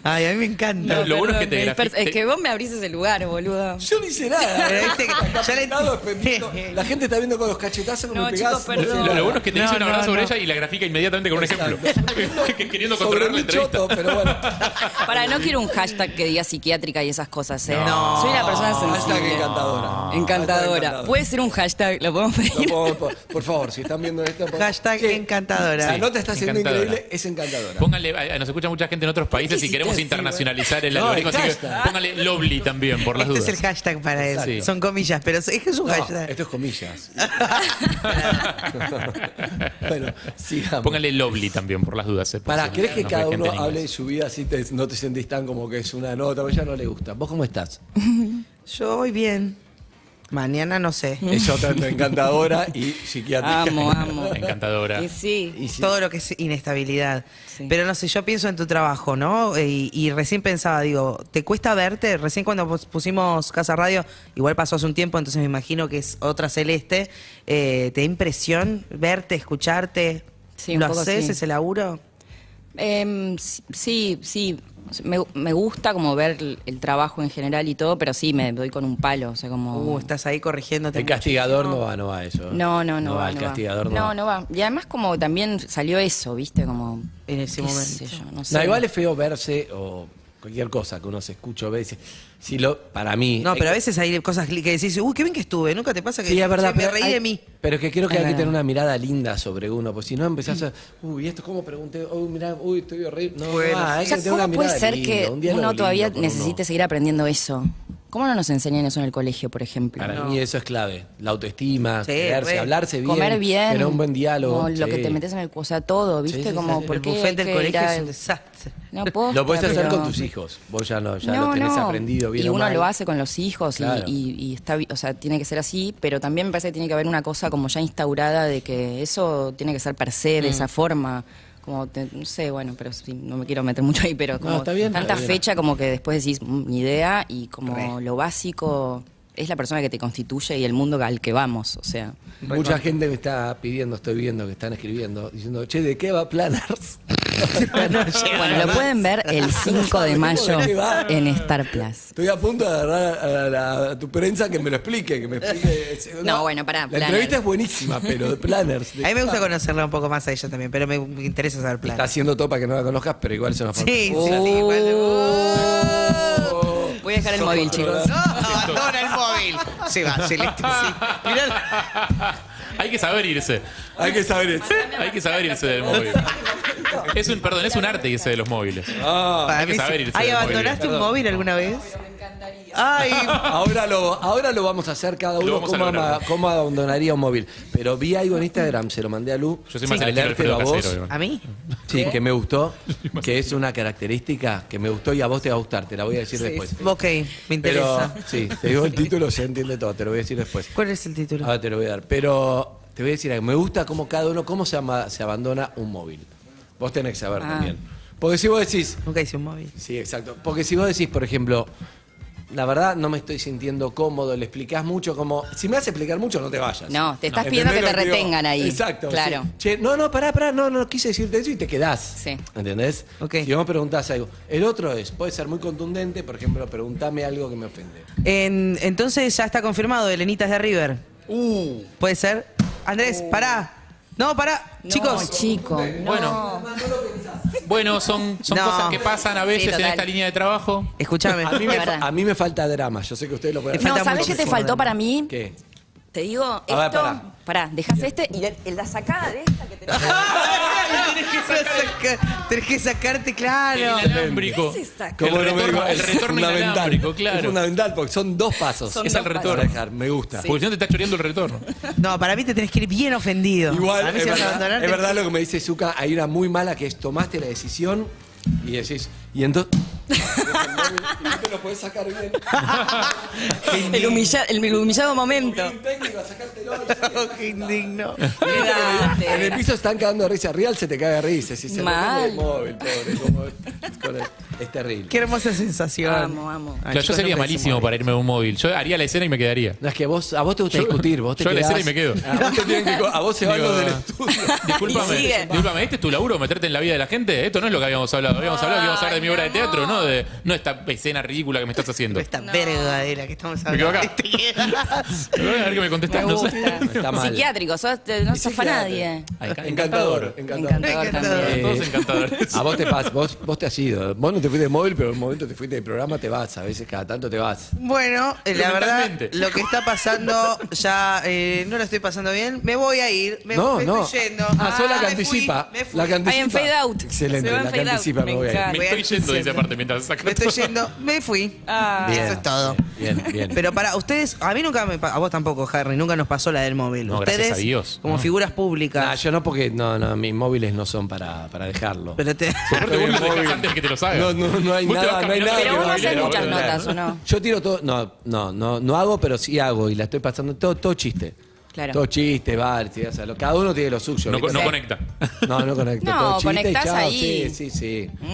Ay, a mí me encanta. No, lo bueno es que Perdón, te me grafi- disperso. Es te- que vos me abrís ese lugar, boludo. Yo no hice <laughs> nada. Pero viste que Acá ya le- apretado, <laughs> defendiendo. La gente está viendo con los cachetazos que No, me pegás. chicos, perdón. Lo, lo bueno es que te No, dice una verdad no, sobre no. ella y la grafica inmediatamente con un ejemplo. <laughs> Que- Queriendo Sobre controlar la mi entrevista. choto, pero bueno. Para, no quiero un hashtag que diga psiquiátrica y esas cosas, ¿eh? No. Soy una persona Hashtag sensible. encantadora. Encantadora. Puede ser un hashtag, lo podemos No, pedir. por, por- por favor, si están viendo esto. por- Hashtag Che, encantadora. La nota está siendo Encantadora. increíble, es encantadora. Póngale, a- a- nos escucha mucha gente en otros países y hiciste queremos así, internacionalizar güey? el No, algoritmo. el así que hashtag. póngale lovely también, por las Este es dudas. el hashtag para él. Exacto. Son comillas, pero es que <laughs> es un No, hashtag. esto es comillas. <laughs> bueno, sigamos. Póngale lovely también, por las dudas. eh, por Pará, si ¿querés que nos ve cada gente uno en hable de inglés. su vida así te- no te sentís tan como que es una nota? A ella no le gusta. ¿Vos cómo estás? <laughs> Yo voy bien. Mañana no sé. Ella tanto encantadora y <laughs> psiquiátrica. Amo, amo. Encantadora. Y sí. Y si- Todo lo que es inestabilidad. Sí. Pero no sé, yo pienso en tu trabajo, ¿no? Y, y recién pensaba, digo, ¿te cuesta verte? Recién cuando pus- pusimos Casa Radio, igual pasó hace un tiempo, entonces me imagino que es otra celeste. eh, ¿Te da impresión verte, escucharte? Sí, un ¿Lo poco haces sí. ese laburo? Em, s- sí, sí. Me, me gusta como ver el, el trabajo en general y todo, pero sí, me doy con un palo. O sea, como. Uh, estás ahí corrigiéndote. El castigador no va, no va eso. No, no, no, va, El no castigador va. no, va. no va. Y además como también salió eso, ¿viste? Como En ese qué momento. sé yo, no sé. No, igual es feo verse o cualquier cosa que uno se escucha o ve. y dice, Si lo, para mí. No, hay pero a que- veces hay cosas que decís, uy, qué bien que estuve, nunca te pasa que Sí, es verdad. "Che, me pero reí hay- de mí. Pero es que creo que Es hay que verdad. tener una mirada linda sobre uno. Porque si no empezás a. Mm. Uy, ¿esto cómo pregunté? Uy, mirá, uy, estoy horrible. No, Bueno, no, hay O sea, que tener una ¿cómo puede mirada ser linda, que un uno diálogo todavía lindo con uno. necesite seguir aprendiendo eso? ¿Cómo no nos enseñan eso en el colegio, por ejemplo? Para mí eso es clave. La autoestima, Sí, quererse, re. hablarse bien. Comer bien, Tener un buen diálogo. como lo sí. que te metes en el cu- o sea, todo, ¿viste? <laughs> Sí, sí, como sí. por El qué buffet del que colegio ir a- es un desastre. No, posta, Lo puedes hacer pero- con tus hijos. Vos ya, no, ya no, lo tenés no. aprendido bien. Y o uno mal. lo hace con los hijos y- Claro. y, y está, bi- o sea, tiene que ser así, pero también me parece que tiene que haber una cosa como ya instaurada de que eso tiene que ser per se de esa forma. Como, te- no sé, bueno, pero sí, no me quiero meter mucho ahí, pero como está bien, tanta está bien. fecha como que después decís, "Mm, ni idea, y como lo básico es la persona que te constituye y el mundo al que vamos, o sea. Mucha gente me está pidiendo, estoy viendo que están escribiendo, diciendo, che, ¿de qué va Planners? Bueno, lo pueden ver <laughs> el 5 de mayo en Star Plus. Estoy a punto de agarrar a, la- a tu prensa que me lo explique, que me explique. es- No, bueno, pará, La Planners. entrevista es buenísima, pero <laughs> de Planners. A mí me gusta conocerla un poco más a ella también, pero me, me interesa saber Está planes. haciendo todo para que no la conozcas, pero igual se nos Sí, va sí, sí, igual de- ¡Oh! Uh. Voy a dejar el móvil, chicos. <laughs> No, abandona el móvil. Se va, <laughs> Celeste, sí. Mirá la- <laughs> Hay que saber irse. Hay que saber eso. Hay que saber irse del móvil. Es un, perdón, es un arte irse de los móviles. para Ah. que mí saber sí. irse Ay, del móvil. ¿abandonaste un móvil alguna vez? abandonaría. Ay, <laughs> Ahora lo, ahora lo vamos a hacer cada uno vamos a cómo, lograr. ama- cómo abandonaría un móvil. Pero vi algo en Instagram, se lo mandé a Lu. Yo soy más al el estilo darte Alfredo a vos, Casero, igual. ¿a mí? ¿Eh? Sí, que <laughs> me gustó, que es una característica que me gustó y a vos te va a gustar, te la voy a decir después. Ok, me interesa. Pero, sí, <laughs> te digo el título, se entiende todo, te lo voy a decir después. ¿Cuál es el título? Ahora te lo voy a dar. Pero te voy a decir algo, me gusta cómo cada uno, cómo se, ama- se abandona un móvil. Vos tenés que saber Ah. también. Porque si vos decís, Nunca hice un móvil. Sí, exacto. Porque si vos decís, por ejemplo, la verdad no me estoy sintiendo cómodo, le explicás mucho, como. Si me hace explicar mucho, no te vayas. No, te estás ¿Entendés pidiendo que lo te digo? retengan ahí. Exacto. Claro. sí. Che, no, no, pará, pará, no, no quise decirte eso y te quedás. Sí. ¿Entendés? Ok. Si vos me preguntás algo. El otro es, puede ser muy contundente, por ejemplo, preguntame algo que me ofende. En- entonces ya está confirmado, Elenita es de River. Uh, ¿Puede ser? Andrés, pará. No, pará. no, Chicos, chico, no. Bueno. Bueno, son, son No. cosas que pasan a Sí, veces en total. esta línea de trabajo. escúchame. A <laughs> mí, me, De verdad. a mí me falta drama, yo sé que ustedes lo pueden Te falta no, ¿sabes mucho qué te por faltó ver. para mí? ¿Qué? Te digo, esto. ver, pará. pará. dejás este y la- la sacada de esta que tenés. tenés, que sacar- tenés que sacarte, El claro. inalámbrico. ¿Qué es esa el ¿Cómo no me retorno, digo? el retorno inalámbrico, Es claro. fundamental porque son dos pasos. Son Es el dos pasos. Para dejar, me gusta. Porque si no te está choreando el retorno. No, para mí te tenés que ir bien ofendido. Para Igual, mí es si vas a verdad, abandonar, es te- verdad lo que me dice Zuka, hay una muy mala que es tomaste la decisión y decís, y entonces... y no te lo podés <laughs> sacar bien. <laughs> El, humilla- el humillado momento. Un técnico a sacártelo y ya te- Qué indigno. En el Mirate. piso están cagando de risa, real se te caga de risa, si se Mal. prende el móvil, pobre, <laughs> como- este. con el- es terrible. Qué hermosa sensación. Amo, amo. Ah, Claro, yo chicos, sería no pensé malísimo morir. para irme a un móvil. Yo haría la escena y me quedaría. No, es que vos, a vos te gusta Yo- <laughs> discutir, vos te yo en la quedás- escena y me quedo. A Ah, vos, te tienen que, co- a vos se van Digo, los del estudio. Disculpame, Y <laughs> sigue. disculpame, ¿este es tu laburo meterte en la vida de la gente? Esto no es lo que habíamos hablado. Habíamos hablado que íbamos a hablar de mi obra de teatro, no de no esta escena ridícula que me estás haciendo. Esta verga de la que estamos Me <laughs> quedo hablando. acá. Te quedas. A ver que me contestás, no sé. Está mal. Psiquiátrico, sos- te- no Y zafa psiquiatra. nadie. Ay, Encantador, encantador. Encantador, Encantador. también. Eh, Todos encantadores. <laughs> A vos te pasa, vos, vos te has ido. Vos no te fuiste de móvil, pero en un momento te fuiste de programa, te vas. A veces cada tanto te vas. Bueno, eh, la verdad, Fundamentalmente. lo que está pasando ya eh, no lo estoy pasando bien. Me voy a ir, me, no, me no. estoy yendo. Ah, sos la me que fui, anticipa. me fui. La que anticipa. Ahí en fade out. Excelente, Se va en la que fade out. anticipa me Me voy a encanta. Me voy estoy yendo, dice aparte, mientras saca Me estoy todo. yendo, me fui. Ah. ir. Eso es todo. Bien, <laughs> bien. Pero para ustedes, a mí nunca me pa- a vos tampoco, Harry, nunca nos pasó la del móvil. No, ustedes, gracias a Dios. como No. figuras públicas. Nah, yo no, porque no, no, mis móviles no son para, para dejarlo. Pero <laughs> te- Aparte vos lo dejás antes de que te lo hagas. No, no, no hay Vos te vas nada, no hay caminando nada. por que Pero el vos no valga haces barrio, la muchas pena. boludo. notas, ¿o no? Yo tiro todo, no, no, no, no hago, pero sí hago y la estoy pasando todo, todo chiste. Claro. Todo chiste, bar, sí, o sea, lo- cada uno tiene lo suyo. No, ¿viste? no conecta. No, no conecto. No, todo chiste y conectás chao, ahí. Sí, sí, sí. Mm.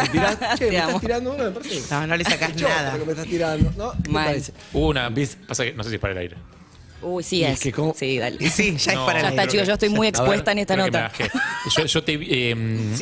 Me tirás, che, Te me amo. estás tirando uno, me parece. No, no le <laughs> sacás Yo, nada. porque me estás tirando. No, ¿Qué Mal. parece? Hubo una. Pasa que no sé si es para el aire. Uy, sí Y es. es que cómo- Sí, dale. Y sí, ya No, es para Ya el creo está, aire. chicos, yo estoy muy A ver, expuesta en esta Creo que me nota. bajé. Yo, yo te, eh,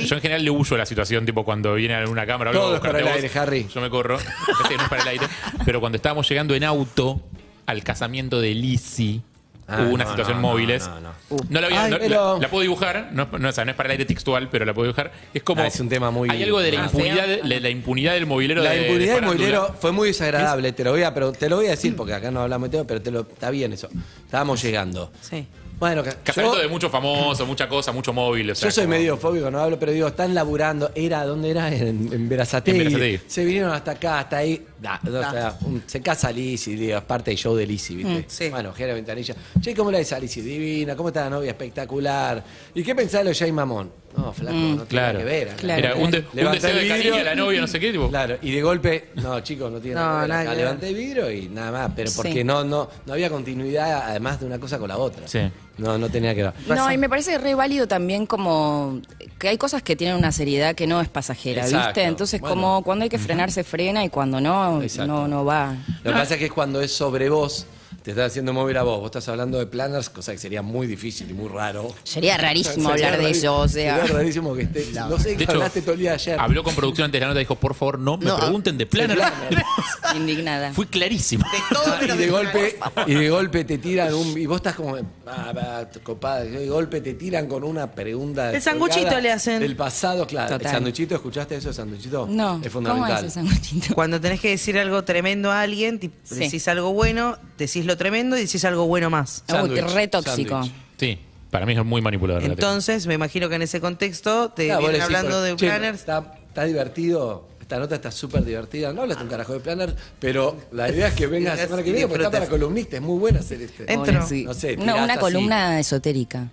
yo en general le huyo a la situación, tipo cuando viene alguna cámara o algo. Todo a es para buscarte el vos, aire, Harry. Yo me corro. Este no es para el aire. Pero cuando estábamos llegando en auto al casamiento de Lizzie. Ah, hubo una no, situación no, móviles. no, no, no. No la, voy a- Ay, no- pero- la- la puedo dibujar. No, no, o sea, no es para el aire textual, pero la puedo dibujar. Es como. Ah, es un tema muy- Hay algo de la, Ah, impunidad, de- la impunidad del movilero. La de- de impunidad del farándula. movilero fue muy desagradable, te lo voy a, pero te lo voy a decir porque acá no hablamos de tema, pero te lo, está bien eso. Estábamos llegando. Sí. Bueno, ca- Casamiento yo, de muchos famosos, mucha cosa, mucho móvil. o sea, yo soy como- medio fóbico, no hablo, pero digo, están laburando, era, ¿dónde era? En, en Berazategui. En Berazategui. Se vinieron hasta acá, hasta ahí. Da, o sea, un- se casa Lizzy, digo, es parte del show de Lizzy, ¿viste? Mm, sí. Bueno, Jera Ventanilla. Che, ¿cómo la ves a Lizzy? Divina, ¿cómo está la novia? Espectacular. ¿Y qué pensás de lo de Jay Mamón? No, flaco, no tiene Mm, Claro. nada que ver. acá. Claro. Era un, de- un Levanta deseo el de cariño vidrio. a la novia, no sé qué. Tipo, Claro, y de golpe, no, chicos, no tiene No, nada que ver nada acá. que ver. Levanté el vidrio y nada más, pero porque Sí. no, no, no había continuidad además de una cosa con la otra. Sí. No, no tenía que ver. No, y me parece re válido también como que hay cosas que tienen una seriedad que no es pasajera, Exacto. ¿viste? Entonces, Bueno. como cuando hay que frenar, se frena y cuando no, Exacto. no, no va. Lo que pasa es que es cuando es sobre vos, te estás haciendo móvil a vos, vos estás hablando de planners, cosa que sería muy difícil y muy raro. Sería rarísimo Sería hablar de rarísimo- eso, o sea. sería rarísimo que estés. No sé, De que hecho, hablaste todo el día <laughs> ayer. Habló con producción antes de la nota y dijo, por favor, no me pregunten de planner. <laughs> <laughs> Indignada. Fui clarísimo. Todo y menos de de- golpe y de golpe te tiran un y vos estás como ah, ah, copada y de golpe te tiran con una pregunta El sanguchito le hacen. del pasado claro Total. el sanguchito escuchaste eso el sanguchito No, es ¿cómo es fundamental el sanguchito? Cuando tenés que decir algo tremendo a alguien, ti- Sí. decís algo bueno, decís lo tremendo y decís algo bueno más. Sándwich, <laughs> Uy, re tóxico. sándwich. Sí, para mí es muy manipulador. la Entonces, me imagino que en ese contexto te Claro, vos vienen decís, hablando por- de che, planners. está, está divertido está Esta nota está súper divertida. No hablas un carajo de Planner, pero la idea es <laughs> que vengas la semana que viene porque está para columnista. Es muy buena hacer este. Entro. Pone, sí. No sé, No, tirás una así. columna esotérica.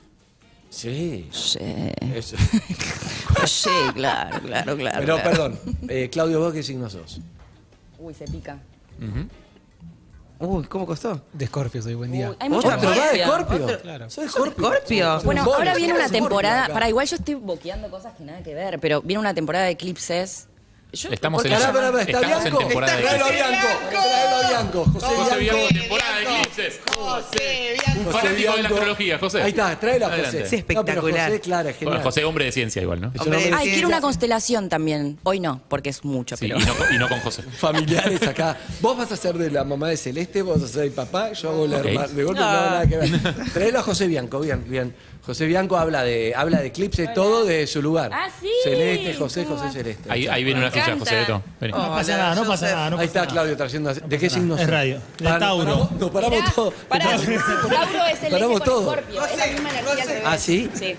Sí. Sí. Eso. <laughs> Sí, claro, claro, claro. Pero claro. perdón, eh, Claudio, ¿vos qué signo sos? Uy, se pica. Uy, ¿cómo costó? De Scorpio, soy buen día. Hay Otro, mucha ¿Otro va de envidia. Scorpio? Claro. Soy Scorpio. Scorpio. Bueno, Boris, ahora viene ¿qué una haces, Scorpio, temporada. acá? Para igual yo estoy boqueando cosas que nada que ver, pero viene una temporada de eclipses. Yo- Estamos ¿por en qué esa. Pará, llaman? pará, pará, ¿Está Estamos en Bianco? temporada de Tráelo a Bianco. Tráelo a Bianco. José, José Bianco. Bianco, temporada de eclipses. José Bianco. Un José fanático de la Bianco. astrología, José. Ahí está, tráelo a José. Adelante. Sí, espectacular. No, pero José, Clara, es genial. Bueno, José, hombre de ciencia igual, ¿no? Es un Hombre, hombre ay, Ay, quiero una constelación también. Hoy no, porque es mucho, Sí, pero. y, no, y no con José. familiares acá. Vos vas a ser de la mamá de Celeste, vos vas a ser el papá, yo hago la Ok. hermana. De golpe no hago nada que ver. <laughs> Traelo a José Bianco, bien, bien. José Bianco habla de, habla de Eclipse, todo de su lugar. Ah, sí. Celeste, José, José Celeste. Ahí, ahí viene una ficha, José Beto. Vení. No pasa nada, no pasa nada. no pasa Ahí está nada. Claudio trayendo. ¿De qué pasa signo? nada, es son? radio. De Ah, no, Tauro. paramos- Nos paramos todos. <laughs> Pará, Tauro es el Paramos eje con todo. Scorpio. Es la misma energía al revés. ¿Ah, sí? Sí.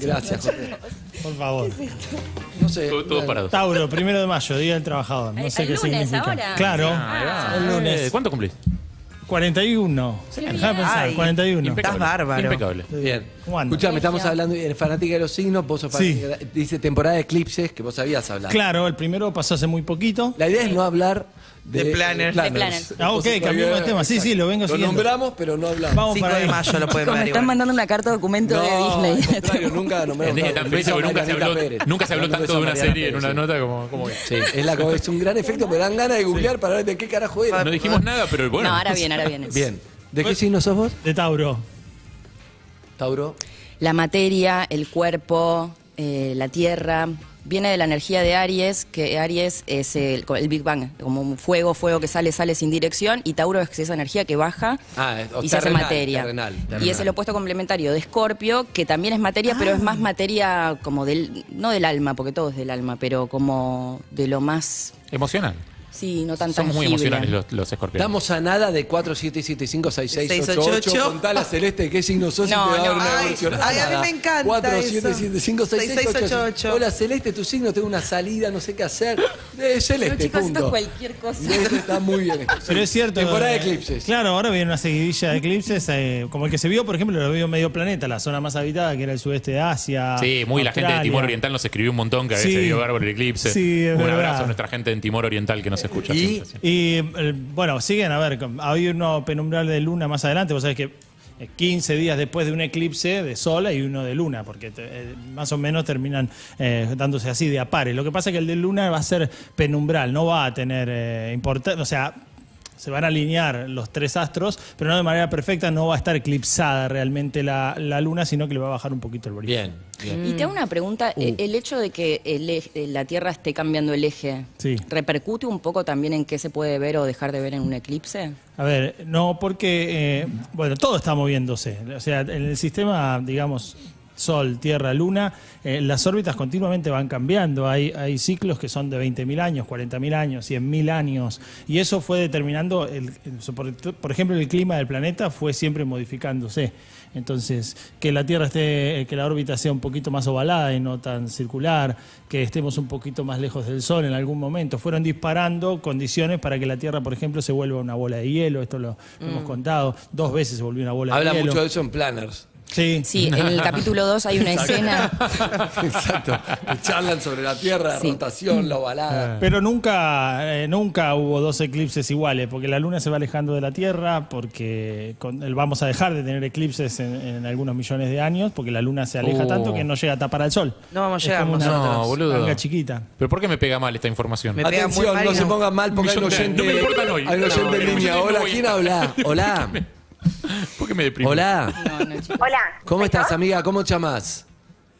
Gracias, José. Por favor. No sé. Todos todos parados. Tauro, primero de mayo, Día del Trabajador. No El- sé el qué lunes, significa. ahora. Ah, Claro. el Eh, lunes. ¿Cuánto cumplís? 41. Dejá de pensar, Ay, 41. Impecable. bárbaro. Impecable. Bien. ¿Cómo anda? Escuchame, estamos hablando de fanática de los signos, vos sos Sí. fanática- Dice temporada de eclipses que vos habías hablado. Claro, el primero pasó hace muy poquito. La idea es no hablar de, De planners. De planners. Ah, ok, Entonces, cambiamos de tema. Sí, sí, lo vengo Lo siguiendo. nombramos, pero no hablamos. Vamos 5 para de ahí. mayo <laughs> lo pueden Me ver están igual. mandando una carta documento No, de al <laughs> Disney. contrario, nunca nombramos. Es de- tanto. tan Un bello beso que a nunca se Mariana habló, Pérez. nunca se habló Un beso tanto de a una Mariana serie en Pérez, una sí. nota como, como que- Sí, es, <laughs> la, co- es un gran efecto, pero dan ganas de googlear para ver de qué carajo era. No dijimos nada, pero bueno. No, ahora viene, ahora viene. Bien. ¿De qué signo sos vos? Pues, De Tauro. Tauro. La materia, el cuerpo, eh, la tierra. Viene de la energía de Aries, que Aries es el, el Big Bang, como un fuego, fuego que sale, sale sin dirección, y Tauro es esa energía que baja Ah, es- o y se hace terrenal, materia. terrenal, Y terrenal. es el opuesto complementario de Escorpio, que también es materia, pero es más materia como del, no del alma, porque todo es del alma, pero como de lo más, Emocional. sí, no tan Somos muy tangible. emocionales los, los escorpiones. Estamos a nada de 47756688. 688. Contale a Celeste qué signo sos y No, te va a dar no. una Ay, evolución. ay, a mí me encanta 47756688. 6688. Hola Celeste, tu signo, tengo una salida, no sé qué hacer. Eh, Celeste, No, chicos, punto. esto es cualquier cosa. No, esto está muy bien. esto, sí. Pero es cierto. Temporada de eh, eclipses. Claro, ahora viene una seguidilla de eclipses, eh, como el que se vio, por ejemplo, lo vio medio planeta, la zona más habitada, que era el sudeste de Asia. Sí, muy la gente de Australia. Timor Oriental nos escribió un montón que a veces Sí. vio bárbaro el eclipse. Sí, es un verdad. abrazo a nuestra gente en Timor Oriental que nos escucha. Y- siempre, sí. Y eh, bueno, siguen, a ver, com- hay uno penumbral de luna más adelante, vos sabés que eh, 15 días después de un eclipse de sol hay uno de luna, porque te- eh, más o menos terminan eh, dándose así de a pares. Lo que pasa es que el de luna va a ser penumbral, no va a tener importancia, o sea, se van a alinear los tres astros, pero no de manera perfecta, no va a estar eclipsada realmente la, la luna, sino que le va a bajar un poquito el brillo. Bien, bien. Y Mm. te hago una pregunta, eh, el hecho de que el eje- la Tierra esté cambiando el eje, Sí. ¿repercute un poco también en qué se puede ver o dejar de ver en un eclipse? A ver, no, porque, eh, bueno, todo está moviéndose. O sea, en el sistema, digamos, Sol, Tierra, Luna, eh, las órbitas continuamente van cambiando. Hay, hay ciclos que son de 20.000 años, 40.000 años, 100.000 años. Y eso fue determinando, el- el- por, por ejemplo, el clima del planeta fue siempre modificándose. Entonces, que la Tierra esté, eh, que la órbita sea un poquito más ovalada y no tan circular, que estemos un poquito más lejos del Sol en algún momento. Fueron disparando condiciones para que la Tierra, por ejemplo, se vuelva una bola de hielo. Esto lo, lo hemos contado. Dos veces se volvió una bola Mm. Habla de hielo. mucho de eso <laughs> en planners. Sí. Sí, en el capítulo 2 hay una <laughs> escena. Exacto. Que charlan sobre la Tierra, la Sí. rotación, la Ah. ovalada. Pero nunca, eh, nunca hubo dos eclipses iguales, porque la Luna se va alejando de la Tierra, porque con- el- vamos a dejar de tener eclipses en, en algunos millones de años, porque la Luna se aleja Oh. Uh. tanto que no llega a tapar al Sol. No vamos a Es llegar como una nosotros. No, boludo. manga chiquita. ¿Pero por qué me pega mal esta información? Me- pega muy Atención, mal no y se no- pongan mal porque hay un Millón de- oyente, no me importan hoy. hay un No, oyente no, en línea. no voy. Hola, <laughs> ¿quién habla? Hola, ¿Por qué me deprime? hola. No, no, chicos. Hola. ¿Cómo estás, ¿Yo? amiga? ¿Cómo te llamas?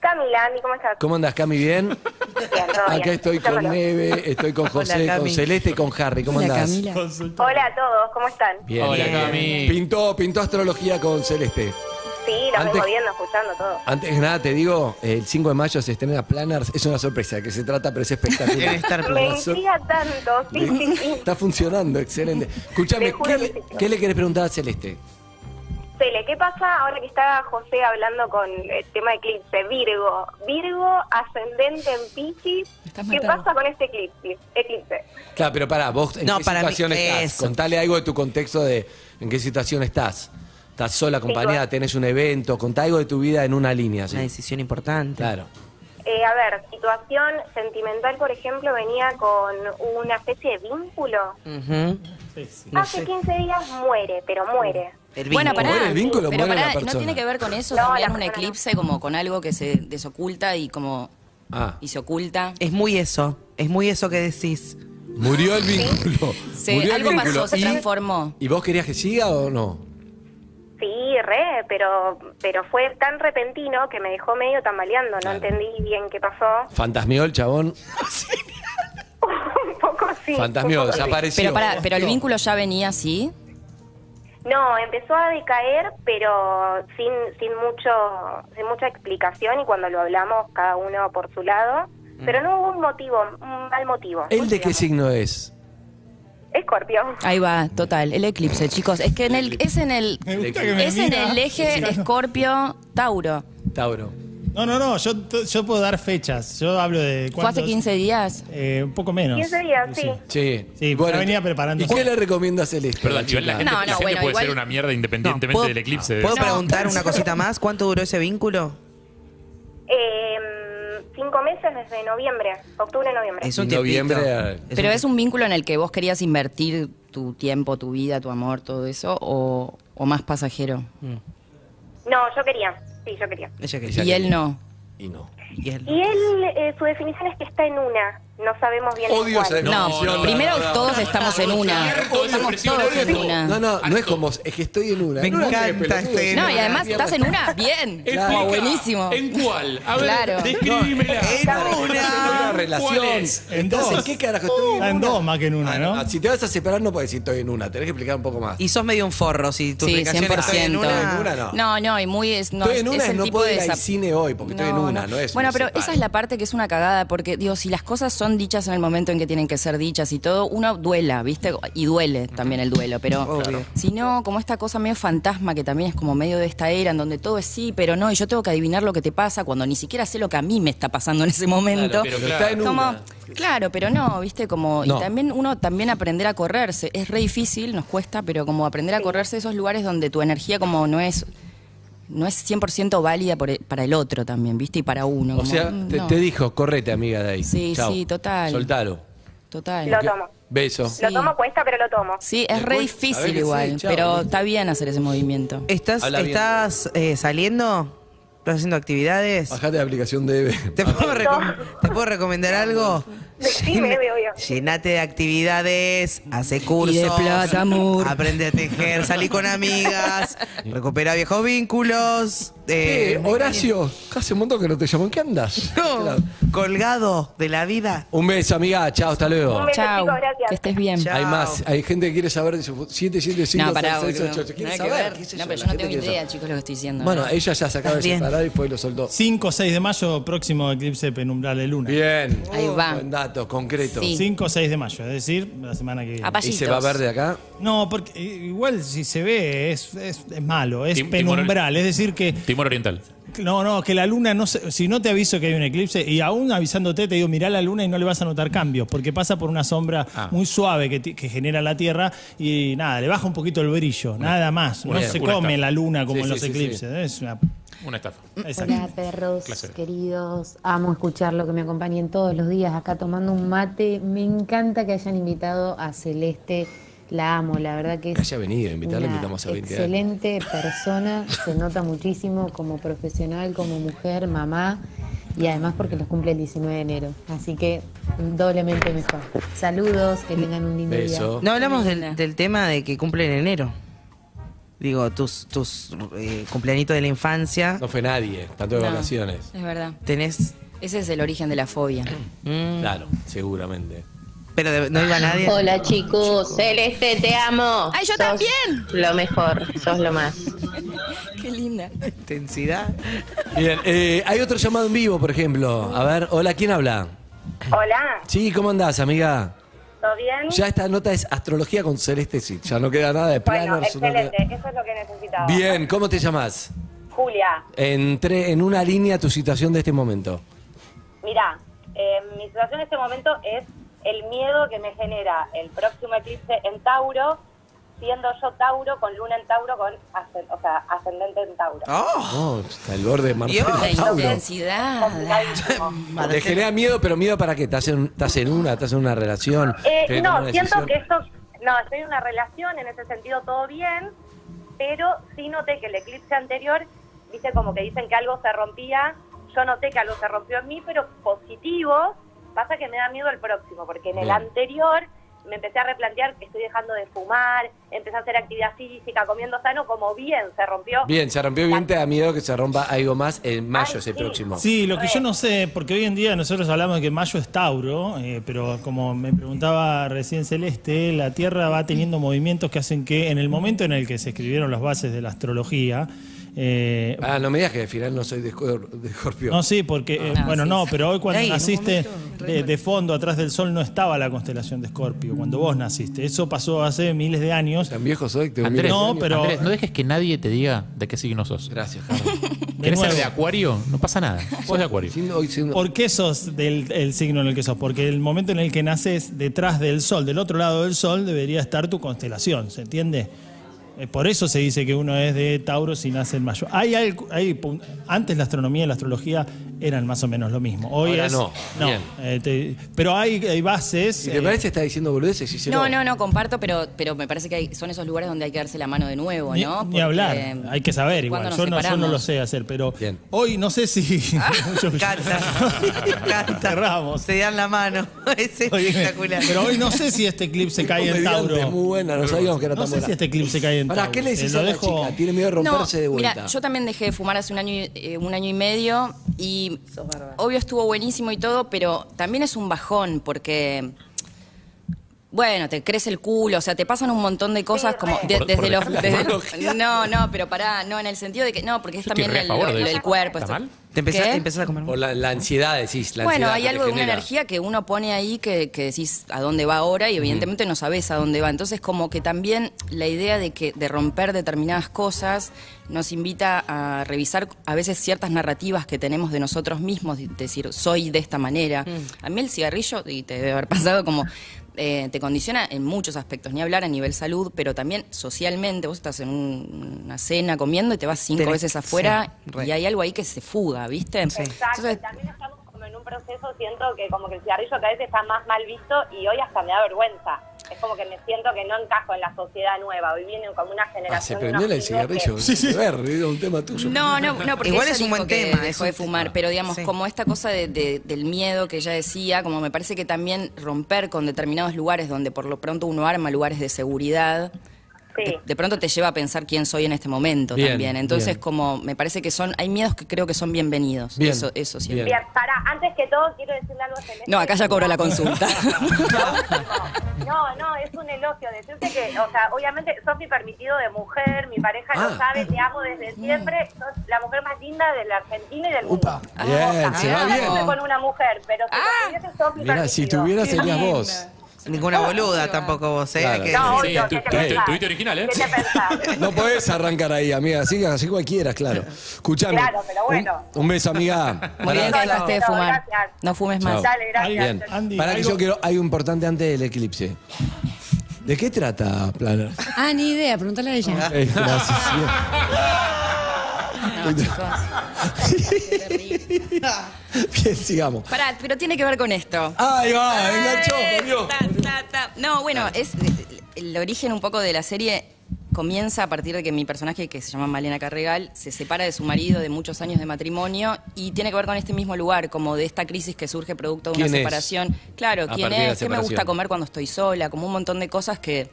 Camila, Andy, ¿cómo estás? ¿Cómo andas, Cami? ¿Bien? Bien, todo bien. Acá estoy con Escuchándolo. Neve, estoy con José, Hola, con Cami. Celeste y con Harry. ¿Cómo Hola, andás? Camila. Hola a todos, ¿cómo están? Bien. Hola, bien. Cami. Pintó, pintó astrología con Celeste. Sí, los Antes- vengo viendo, escuchando todo. Antes que nada, te digo, el 5 de mayo se estrena Planners. Es una sorpresa de que se trata, pero es En <laughs> espectacular. Star Me Plus. Eso- intriga tanto, sí, sí, sí. <laughs> Está funcionando, excelente. Escuchame, Te juro ¿qué que le, sí. qué le querés preguntar a Celeste? Celeste, Pele, ¿qué pasa ahora que está José hablando con el tema de eclipse? Virgo, Virgo ascendente en Piscis. estás ¿Qué matando. pasa con este eclipse? eclipse? Claro, pero pará, vos en No, qué para mí- situación estás. eso. Contale algo de tu contexto de en qué situación estás. ¿Estás sola, acompañada, bueno. tenés un evento? Contá algo de tu vida en una línea. Una ¿sí? decisión importante. Claro. Eh, a ver, situación sentimental, por ejemplo, venía con una especie de vínculo. Ujú. No Hace sé. 15 días muere, pero muere. El Bueno, vínculo. pará, Muere el vínculo, pero muere la pará, persona. no tiene que ver con eso No, también la un persona no. eclipse como con algo que se desoculta y como Ah, y se oculta. Es muy eso. Es muy eso que decís. murió el vínculo. Se- murió el algo vínculo. pasó, se ¿Y- transformó. ¿Y vos querías que siga o no? Sí, re, pero, pero fue tan repentino que me dejó medio tambaleando. Claro. No entendí bien qué pasó. <laughs> Fantasmió el chabón. <laughs> un poco sí. Fantasmió, un poco sí. desapareció. Pero pará, pero el vínculo ya venía así. No, empezó a decaer, pero sin, sin, mucho, sin mucha explicación y cuando lo hablamos cada uno por su lado. Pero no hubo un motivo, un mal motivo. Mm. ¿El de qué Digamos. signo es? Escorpio. Ahí va, total, el eclipse, chicos. Es que en el, es en el, Me gusta que me es en mira. el eje Escorpio Tauro. Tauro. No, no, no, yo, t- yo puedo dar fechas. Yo hablo de. Fue hace cuántos- 15 días. Eh, un poco menos. 15 días, sí. Sí. Sí, ya venía preparando. ¿Y qué le recomienda Celeste? Perdón, igual la gente, No, la no, gente bueno, puede igual- ser una mierda independientemente No, ¿puedo- del eclipse. ¿eh? ¿Puedo No. preguntar una cosita más? ¿Cuánto duró ese vínculo? Eh, cinco meses desde noviembre, octubre, noviembre. Es un En noviembre, tiempito. eh, Pero un- es un vínculo en el que vos querías invertir tu tiempo, tu vida, tu amor, todo eso, o, o más pasajero. No, yo quería, sí, yo quería. Ella que Ella y él no. Y no. y él. Y él, eh, su definición es que está en una, no sabemos bien. en Odio cuál. esa definición. No, no, no, primero no, no, todos estamos en una. Cierto, es Estamos expresión, todos es en eso. una. No, no, no es como. Es que estoy en una. Me En una encanta que pelotudo. este- No, y además estás en una, bien. Claro. Buenísimo. ¿En cuál? A ver, Claro. describímela. Estás en una relación. ¿Cuál es? En Estás dos. ¿En qué carajo estoy Está en una. dos más que en una, Ah, ¿no? Si te vas a separar, no puedes decir estoy en una. Tenés que explicar un poco más. Y sos medio un forro si tu Sí, explicación está en 100%. una. En una no. No, no, y muy es, no, Estoy es- en una es es el no tipo puedo de ir al desa- cine hoy, porque estoy en una, no es Bueno, un pero separo. esa es la parte que es una cagada, porque digo, si las cosas son dichas en el momento en que tienen que ser dichas y todo, uno duela, ¿viste? Y duele también el duelo, pero Obvio. si no, como esta cosa medio fantasma que también es como medio de esta era en donde todo es sí, pero no, y yo tengo que adivinar lo que te pasa cuando ni siquiera sé lo que a mí me está pasando en ese momento. pero Pero claro. está en Como, una. claro, pero no, viste, como, No. y también uno también aprender a correrse, es re difícil, nos cuesta, pero como aprender a correrse de esos lugares donde tu energía como no es, no es 100% válida por e- para el otro también, viste, y para uno. O como, sea, mm, te, no. te dijo, correte, amiga de ahí. Sí, Chau. sí, total. Soltalo. Total. Lo tomo. Beso. Lo Sí. tomo cuesta, pero lo tomo. Sí, es re Después, a ver difícil qué igual, sí, chao, pero listo. está bien hacer ese movimiento. ¿Estás, Habla bien. estás eh, saliendo? ¿Estás haciendo actividades? Bajate la aplicación de ¿Te puedo, recom- te puedo recomendar algo? Decime, Llena- obvio. Llenate de actividades, hace cursos. plata, amor. Aprende a tejer, salí con amigas, recupera viejos vínculos. eh, Eh, Horacio, hace un montón que no te llamo. ¿En qué andas? no, colgado de la vida. Un beso, amiga. Chao, hasta luego. Un beso, Chao, chicos, gracias. que estés bien. Chao. Hay más. Hay gente que quiere saber de su 775 No, pará, boludo. 688. Quiere Nada que saber. ver. qué sé No, yo, pero yo la no gente tengo quiere idea, saber. chicos, lo que estoy diciendo. Bueno, ella ya se acaba de Bien. separar y fue y lo soltó. 5 o 6 de mayo, próximo eclipse penumbral de luna. Bien. Ahí va. Buen dato, concreto. Sí. 5 o 6 de mayo, es decir, la semana que viene. A ¿Y pasitos. se va a ver de acá? No, porque eh, igual si se ve es, es- es malo, es Tim- penumbral, es decir que Timor Oriental. no, no, que la luna no se- si no te aviso que hay un eclipse y aún avisándote te digo mirá la luna y no le vas a notar cambios porque pasa por una sombra muy suave que, ti- que genera la Tierra y nada, le baja un poquito el brillo, nada más, no una- se una come estafa. la luna como Sí, en los sí, sí, sí. eclipses, ¿eh? es una Una estafa. exacto. Hola perros Clase. queridos, amo escucharlo, que me acompañen todos los días acá tomando un mate. Me encanta que hayan invitado a Celeste, la amo, la verdad que es Que haya venido, invitarla, una invitamos a 20 años. excelente persona, se nota muchísimo como profesional, como mujer, mamá y además porque los cumple el 19 de enero, así que doblemente mejor. Saludos, que tengan un lindo día. Beso. No hablamos linda. del, del tema de que cumple en enero. Digo, tus, tus eh, cumpleañitos de la infancia. No fue nadie, tanto de No, vacaciones. Es verdad. Tenés. Ese es el origen de la fobia. Claro, seguramente. Mm. Pero de- no iba nadie. Hola chicos, Celeste, te amo. ¡Ay, yo Sos también! Lo mejor, sos lo más. Qué linda. Intensidad. Bien, eh, hay otro llamado en vivo, por ejemplo. A ver, hola, ¿quién habla? Hola, Sí, ¿cómo andás, amiga? ¿Todo bien? Ya esta nota es astrología con Celeste Cid. Ya no queda nada de bueno, planners. no queda- excelente. Eso es lo que necesitaba. Bien, ¿cómo te llamas? Julia, Entré en una línea tu situación de este momento. Mirá, eh, mi situación en este momento es el miedo que me genera el próximo eclipse en Tauro, siendo yo Tauro con luna en Tauro, con ascen- o sea, ascendente en Tauro. Oh, está el borde de Marcelo Dios. La Tauro. intensidad. Complicadísimo. Te genera miedo, pero miedo para qué? ¿Estás en, estás en una? ¿Estás en una relación? <laughs> Eh, ¿Tenés no, una siento decisión? que esto, no, estoy en una relación, en ese sentido todo bien, pero sí noté que el eclipse anterior, dice como que dicen que algo se rompía, yo noté que algo se rompió en mí, pero positivo, pasa que me da miedo el próximo, porque en el Bien. anterior me empecé a replantear que estoy dejando de fumar, empecé a hacer actividad física, comiendo sano, como bien se rompió. Bien, se rompió bien, te da miedo que se rompa algo más en mayo, Ay, ese sí. próximo. Sí, lo que yo no sé, porque hoy en día nosotros hablamos de que mayo es Tauro, eh, pero como me preguntaba recién Celeste, la Tierra va teniendo movimientos que hacen que en el momento en el que se escribieron las bases de la astrología, eh, Ah, no me digas que al final no soy de, Escor- de escorpión. no, sí, porque, eh, bueno, no, pero hoy cuando Ey, en un naciste, de, de fondo, atrás del sol, no estaba la constelación de Escorpio, cuando vos naciste. Eso pasó hace miles de años. Tan viejo soy, que tengo Andrés, miles de No, años. pero- Andrés, no dejes que nadie te diga de qué signo sos. Gracias, Carlos. De ¿Querés ser nuevo. de acuario? No pasa nada. Sos de acuario. Siendo- hoy siendo- ¿Por qué sos del el signo en el que sos? Porque el momento en el que naces detrás del sol, del otro lado del sol, debería estar tu constelación, ¿se entiende? Eh, Por eso se dice que uno es de Tauro si nace en mayo. Hay, algo- hay pun- antes la astronomía y la astrología eran más o menos lo mismo. Hoy Ahora es- no. Bien. eh, te- pero hay, hay bases. Si te eh, parece, está diciendo boludeces. sí, sí, No, no, no, comparto, pero, pero me parece que hay- son esos lugares donde hay que darse la mano de nuevo, Ni, ¿no? ni Porque, hablar, hay que saber igual. ¿cuándo Yo nos no, yo no lo separamos? sé hacer, pero Bien. hoy no sé si. <laughs> yo- yo- Ah, Canta, canta. Cerramos. Se dan la mano. <laughs> Es Oye, espectacular. Pero hoy no sé si este clip se cae en Comediante, Tauro. Muy buena, no sabíamos que era No tan sé buena. si este clip se cae en Ahora, Tauro. ¿qué le decís Eh, lo a la dejo- chica? Tiene miedo de romperse no, de vuelta. Mira, yo también dejé de fumar hace un año, y- eh, un año y medio y obvio estuvo buenísimo y todo, pero también es un bajón porque, bueno, te crece el culo, o sea, te pasan un montón de cosas como de- Por- desde por los... dejar la desde- analogía. <laughs> no, no, pero pará, no, en el sentido de que, no, porque es Yo estoy también re a el, favor de el- eso. el cuerpo. ¿Está esto. mal? Te empezás, ¿Qué? te empezás a comer Por la, la ansiedad, decís. La Bueno, ansiedad hay que te algo de una genera. energía que uno pone ahí que, que decís a dónde va ahora y evidentemente no sabes a dónde va. Entonces, como que también la idea de que de romper determinadas cosas nos invita a revisar a veces ciertas narrativas que tenemos de nosotros mismos, de- decir soy de esta manera. Mm. A mí el cigarrillo, y te debe haber pasado como eh, te condiciona en muchos aspectos, ni hablar a nivel salud, pero también socialmente. Vos estás en un- una cena comiendo y te vas cinco Tenés- veces afuera sí, re. y hay algo ahí que se fuga, ¿viste? Exacto, Entonces, y también estamos como en un proceso, siento que como que el cigarrillo cada vez está más mal visto y hoy hasta me da vergüenza. Es como que me siento que no encajo en la sociedad nueva, hoy viene como una Ah, se generación... de prendió unos el pibes que- cigarrillo. Sí, Ver, era un tema tuyo. No, no, no, porque Igual ella es un dijo buen que tema, es Dejó un de tema. fumar, pero digamos, Sí. como esta cosa de- de- del miedo que ella decía, como me parece que también romper con determinados lugares donde por lo pronto uno arma lugares de seguridad, Sí. de, de pronto te lleva a pensar quién soy en este momento Bien, también. Entonces, bien. como me parece que son, hay miedos que creo que son bienvenidos. Bien, Eso, eso sí. bien. Bien, para, antes que todo quiero decirle algo a Celeste. No, acá ya cobro la <laughs> consulta. <laughs> No, no, es un elogio decirte que, o sea, obviamente sos mi permitido de mujer, mi pareja Ah. Mm. lo sabe, te amo desde siempre, sos la mujer más linda de la Argentina y del Upa. mundo. Bien, Ah, se va Yo bien. Ah. no estuve con una mujer, pero si lo tuviese, sos mi Mira, si permitido. tuvieras serías vos. Ninguna boluda tampoco vos, ¿eh? Claro. Que- No, Sí, obvio, tu- ¿qué te tu- pensás? tuviste original, ¿eh? ¿Qué te pensás? No podés arrancar ahí, amiga. Así, así cualquiera, claro. Escuchame. Claro, pero bueno. Un, un beso, amiga. Muy bien que Pará. dejaste de No, fumar. gracias. No fumes más. Chao. Dale, gracias. Bien. Andy, Para que algo- yo quiero. Hay un importante antes del eclipse. ¿De qué trata Planner? <laughs> Ah, ni idea, pregúntale a ella. Eh, <laughs> gracias. bien. No, chicos. Bien, sigamos. Pará, pero tiene que ver con esto. Ahí va, enganchó, Ay, volvió. ta, ta, ta. No, bueno, es el origen un poco de la serie comienza a partir de que mi personaje, que se llama Malena Carregal, se separa de su marido de muchos años de matrimonio y tiene que ver con este mismo lugar, como de esta crisis que surge producto de una ¿Quién es? separación. Claro, A ¿quién partir de la es? ¿Qué me gusta separación. comer cuando estoy sola? Como un montón de cosas que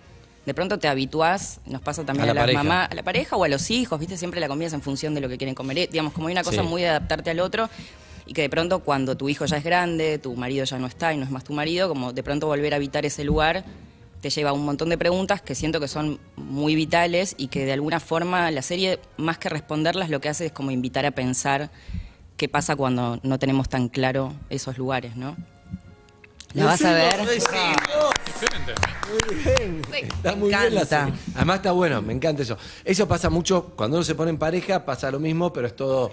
de pronto te habituás, nos pasa también A a, la la, pareja. mamá, a la pareja o a los hijos, viste, siempre la comida es en función de lo que quieren comer, Eh, digamos, como hay una cosa Sí. muy de adaptarte al otro y que de pronto cuando tu hijo ya es grande, tu marido ya no está y no es más tu marido, como de pronto volver a habitar ese lugar te lleva a un montón de preguntas que siento que son muy vitales y que de alguna forma la serie, más que responderlas, lo que hace es como invitar a pensar qué pasa cuando no tenemos tan claro esos lugares, ¿no? La vas a ver. Sí, Excelente. Ah. Está muy bien la encanta. serie. Además está bueno, me encanta eso. Eso pasa mucho, cuando uno se pone en pareja pasa lo mismo, pero es todo...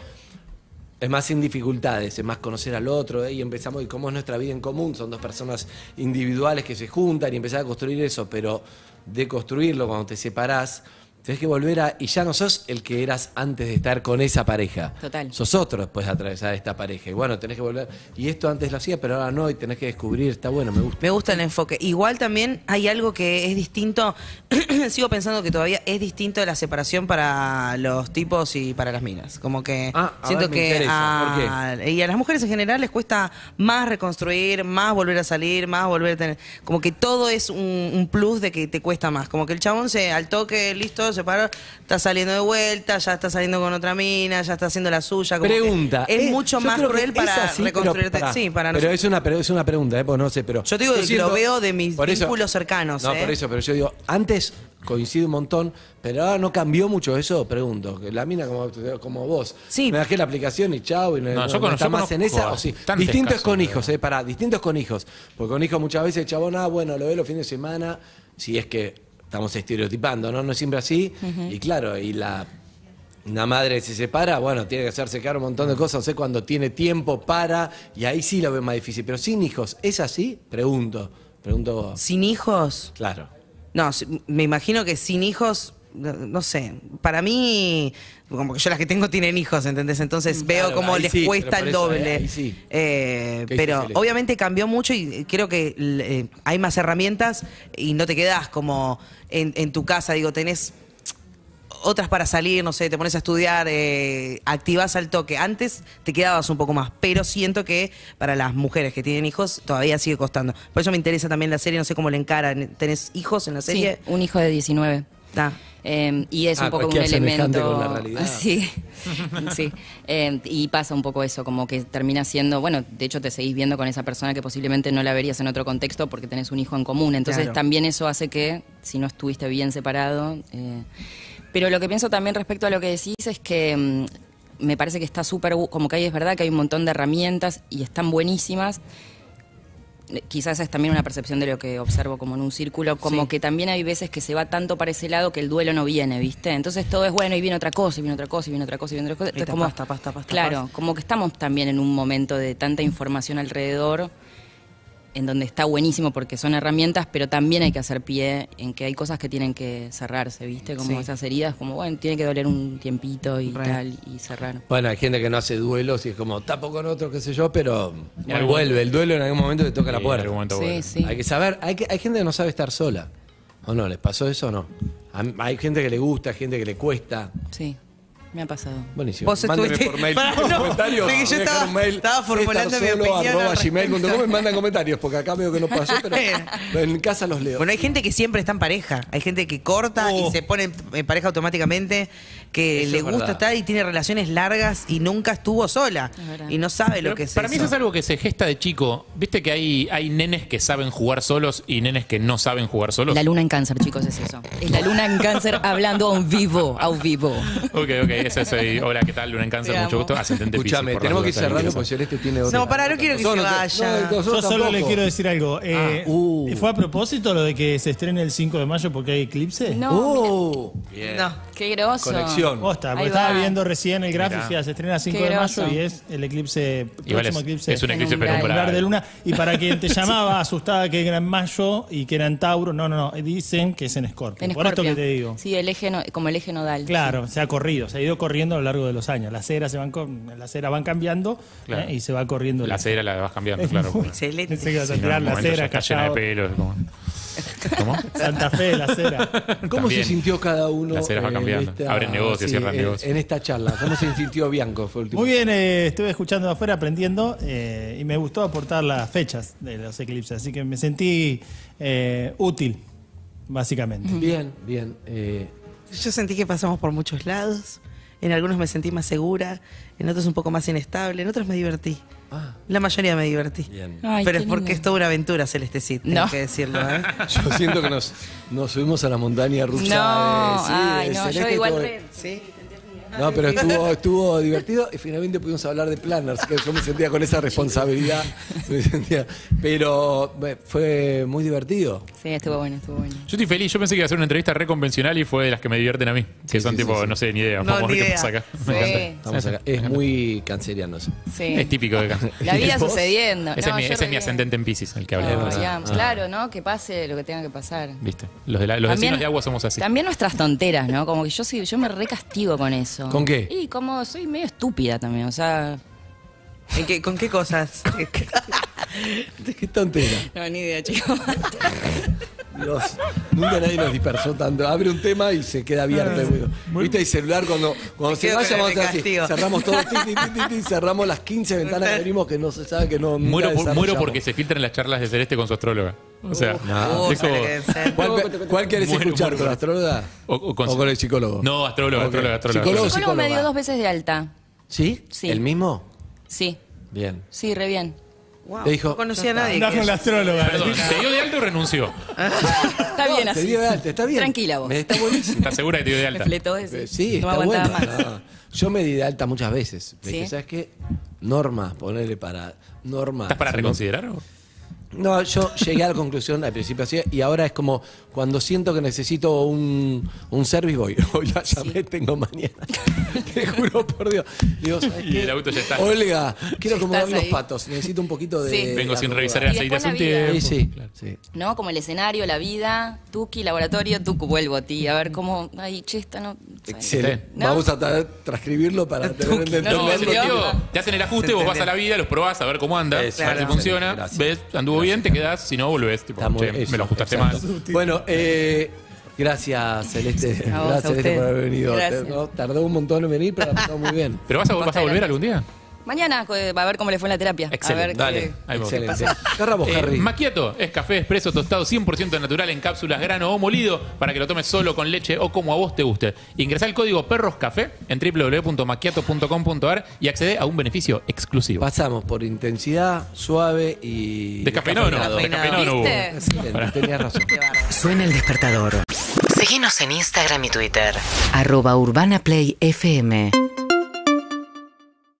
Es más sin dificultades, es más conocer al otro, ¿eh? y empezamos, y cómo es nuestra vida en común, son dos personas individuales que se juntan y empezar a construir eso, pero de construirlo cuando te separás, tenés que volver a, y ya no sos el que eras antes de estar con esa pareja. Total. Sos otro después de atravesar esta pareja, y bueno, tenés que volver, y esto antes lo hacía, pero ahora no, y tenés que descubrir, está bueno, me gusta. Me gusta el enfoque. Igual también hay algo que es distinto. <clears throat> Sigo pensando que todavía es distinto la separación para los tipos y para las minas. Como que Ah, a siento ver, me que interesa. ¿Por qué? a- y a las mujeres en general les cuesta más reconstruir, más volver a salir, más volver a tener. Como que todo es un, un plus de que te cuesta más. Como que el chabón se al toque, listo, se paró, está saliendo de vuelta, ya está saliendo con otra mina, ya está haciendo la suya. Como que Pregunta. Es eh, mucho yo más creo que cruel es para así, pero reconstruirte. pará, sí, para Pero nosotros. es una, pero es una pregunta, eh, porque no sé, pero. Yo te digo que lo veo de mis por vínculos cercanos, No, eh. por eso, pero yo digo, antes coincido un montón, pero ahora no cambió mucho eso, pregunto. que La mina como, como vos. Sí. Me bajé la aplicación y chao, y no, No, yo no conozco- está yo más en conozco esa. a O sí. bastantes Distintos casos, con pero- hijos, eh, pará, distintos con hijos. Porque con hijos muchas veces el chabón, ah, bueno, lo ve los fines de semana, si es que estamos estereotipando, ¿no? No es siempre así. Y claro, y la una madre se separa, bueno, tiene que hacerse cargo de un montón de cosas, no sé cuando tiene tiempo para, y ahí sí lo ve más difícil. Pero sin hijos, ¿es así? Pregunto, pregunto vos. Sin hijos. Claro. No, si- me imagino que sin hijos, no, no sé, para mí, como que yo las que tengo tienen hijos, ¿entendés? Entonces Mm, Claro, veo cómo ahí les sí, cuesta pero el por eso, doble. ahí- ahí sí. Eh, ¿Qué dice pero Celeste? obviamente cambió mucho y eh, creo que l- eh, hay más herramientas y no te quedás como en, en tu casa, digo, tenés otras para salir, no sé, te pones a estudiar, eh, activás al toque. Antes te quedabas un poco más, pero siento que para las mujeres que tienen hijos todavía sigue costando. Por eso me interesa también la serie, no sé cómo le encaran. ¿Tenés hijos en la Sí, serie? un hijo de 19. Ah. Eh, y es Ah, un poco un cualquier semejante elemento. con la realidad. <laughs> Sí, sí. Eh, y pasa un poco eso, como que termina siendo, bueno, de hecho te seguís viendo con esa persona que posiblemente no la verías en otro contexto porque tenés un hijo en común. Entonces Claro. también eso hace que, si no estuviste bien separado. eh, pero lo que pienso también respecto a lo que decís es que mm, me parece que está súper, bu- como que ahí es verdad que hay un montón de herramientas y están buenísimas Eh, quizás es también una percepción de lo que observo como en un círculo, como que también hay veces que se va tanto para ese lado que el duelo no viene, ¿viste? Entonces todo es bueno y viene otra cosa, y viene otra cosa, y viene otra cosa, y viene otra cosa. Y Entonces, tapás, como, tapás, tapás, claro, tapás. como que estamos también en un momento de tanta información alrededor en donde está buenísimo porque son herramientas, pero también hay que hacer pie en que hay cosas que tienen que cerrarse, ¿viste? Como Sí. esas heridas, como bueno, tiene que doler un tiempito y Re. tal, y cerrar. Bueno, hay gente que no hace duelos y es como tapo con otro, qué sé yo, pero algún- vuelve. El duelo en algún momento te toca la Sí, puerta. argumento Sí, bueno. sí. Hay que saber, hay, que- hay gente que no sabe estar sola. ¿O no? ¿Les pasó eso o no? A mí- Hay gente que le gusta, gente que le cuesta. Sí, me ha pasado. Buenísimo. Vos Mándenme estuviste- <laughs> por mail Pará, sus no, porque comentarios. yo Voy a dejar estaba- un mail, estaba formulando mi cestarsolo opinión arroba al gmail punto com, respecto. y mandan comentarios, porque acá veo que <laughs> no pasó, pero en casa los leo. Bueno, hay gente que siempre está en pareja. Hay gente que corta Oh. y se pone en pareja automáticamente, que Eso le es gusta verdad. estar y tiene relaciones largas y nunca estuvo sola. Es verdad. Y no sabe lo Pero que es para mí eso. eso es algo que se gesta de chico. Viste que hay, hay nenes que saben jugar solos y nenes que no saben jugar solos. La luna en cáncer, chicos, es eso. Es la luna en cáncer hablando a un vivo, a un vivo. <laughs> Ok, ok, ese soy. Hola, ¿qué tal? Luna en cáncer, Te mucho amo. gusto. Ascendente Escúchame, Piscis, por tenemos que ir las dudas, cerrando ahí porque Celeste tiene otra. No, pará, no quiero que se vaya. Yo solo le quiero decir algo. Eh, uh. ¿Fue a propósito lo de que se estrene el 5 de mayo porque hay eclipse? No, ¡Oh! Bien. No. Qué groso. Conexión. Posta, porque Ahí estaba va. viendo recién el gráfico, Mirá. ya se estrena 5 Qué de mayo groso. y es el eclipse, próximo Igual es- eclipse. es un eclipse penumbral. Penumbral de penumbral. luna. Y <laughs> para quien te llamaba asustada que era en mayo y que era en Tauro, no, no, no, dicen que es en Escorpio. En Por Escorpio. esto que te digo. Sí, el eje no- como el eje nodal. Claro, se ha corrido, se ha ido corriendo a lo largo de los años. Las eras se van, co- las eras van cambiando Claro. eh, y se va corriendo. La cera la vas cambiando, <laughs> claro. porque- Excelente. Pensé que ibas a Sí, no, en tirar un la momento ya cera, Está llena de Callao. pelos. como- ¿Cómo? Santa Fe, la cera. ¿Cómo También. se sintió cada uno? Las eras van en cambiando. esta- Abren negocios, cierran en- negocios. En esta charla, ¿cómo se sintió Bianco? Fue el último. Muy bien, eh, estuve escuchando de afuera, aprendiendo, eh, y me gustó aportar las fechas de los eclipses, así que me sentí eh, útil, básicamente. Bien, bien. eh, Yo sentí que pasamos por muchos lados. En algunos me sentí más segura, en otros un poco más inestable, en otros me divertí. ah, La mayoría me divertí. bien. Ay, Pero qué es porque lindo. es toda una aventura, Celeste Cid, tengo No. que decirlo. ¿eh? <laughs> Yo siento que nos, nos subimos a la montaña rusa. No, eh, sí, ay, eh, no, yo Celeste igual todo- re- ¿Sí? No, pero estuvo, estuvo divertido y finalmente pudimos hablar de planners, que yo me sentía con <laughs> esa responsabilidad. me sentía- pero eh, fue muy divertido. Sí, estuvo bueno, estuvo bueno. Yo estoy feliz, yo pensé que iba a hacer una entrevista re convencional y fue de las que me divierten a mí. que son sí, tipo, sí, sí. no sé, ni idea. No, Vamos a ni ver qué idea. pasa acá. Sí. Me encanta. Estamos acá. Es muy canceriano eso. Sí. Es típico de acá. La vida <laughs> ¿Y vos? sucediendo. Ese, es, No, mi, ese yo es mi re bien. ascendente en Pisces, el que hablé. Ah, de ya, Claro, ¿no? Que pase lo que tenga que pasar. Ah, Viste, los, de la- los vecinos de agua somos así. También nuestras tonteras, ¿no? Como que yo soy, yo me recastigo con eso. ¿Con qué? Y como soy medio estúpida también, o sea. ¿En qué- ¿Con qué <laughs> cosas? Qué tontera. No, ni idea, <laughs> chicos. Dios, nunca nadie nos dispersó tanto. Abre un tema y se queda Ah, abierto. ¿Viste el celular cuando, cuando Me se quedo vaya? con Vamos el a hacer así. castigo. Cerramos todo, ti, ti, ti, ti, ti, cerramos las 15 ventanas que abrimos que no se sabe que no. nunca Muero, por- muero desarrollamos. porque se filtran las charlas de Celeste con su astróloga. O sea, No. Uh, es como- tiene que vencer. ¿Cuál, cuál querés Muero, escuchar? muero, muero. ¿Con la astróloga? O- o con- con el psicólogo? No, astrólogo, Ok. astrólogo, astrólogo. ¿Psicólogo o Solo me dio psicóloga? dos veces de alta. ¿Sí? Sí. ¿El mismo? Sí, Bien. sí, re bien. Wow, Te dijo, no conocía a nadie. Andá que- con la astróloga. Perdón, ¿se dio de alto o renunció? Está bien No, te así. dio de alta, está bien. Tranquila vos. Me- Está buenísimo. ¿Estás segura que te dio de Me alta? fletó ese. Eh, Sí, no está bueno. Ah, aguantaba más. No. Yo me di de alta muchas veces. Le ¿Sí? dije, ¿sabes qué? Norma, ponerle para. Norma. ¿Estás para Se me- reconsiderar o? No, yo llegué a la conclusión al principio así y ahora es como cuando siento que necesito un, un service voy. <laughs> Hoy la llamé, tengo mañana. Te juro por Dios. Digo, ¿sabes <laughs> Y qué? el auto ya está. Olga, Ya quiero acomodar estás los ahí. patos. Necesito un poquito de. Sí. Vengo de sin acomodar. revisar el Y aceite después hace un la vida. tiempo. Sí, sí, Claro. sí. ¿No? Como el escenario, la vida, Tuki, laboratorio, Tuku, vuelvo a ti. A ver cómo. Ay, che, esta no. Excelente. ¿No? Vamos a tra- transcribirlo para tener entenderlo. No, No, en no, sentido, no. te hacen el ajuste, vos vas a la vida, los probás a ver cómo anda, a ver Exacto. si funciona, Gracias. ves, anduvo bien, te quedás, si no, volvés. Tipo, Está muy- che, eso, me lo ajustaste exacto. mal. Bueno, eh, gracias Celeste. A vos, gracias a Celeste usted. por haber venido. Gracias. Te- no, Tardó un montón en venir, pero la pasó muy bien. ¿Pero vas a, vas a volver algún día? Mañana eh, va a ver cómo le fue en la terapia. A Excelente, ver dale. qué- Ahí vamos. Excelente. Agarra vos, Eh, Harry. macchiato es café expreso tostado 100% natural en cápsulas grano o molido para que lo tomes solo con leche o como a vos te guste. Ingresá el código perroscafé en www.macchiato.com.ar y accede a un beneficio exclusivo. Pasamos por intensidad, suave y. Descafeinado no, descafeinado no hubo. ¿Viste? Excelente, tenías razón. Suena el despertador. Síguenos en Instagram y Twitter. Arroba Urbana Play FM.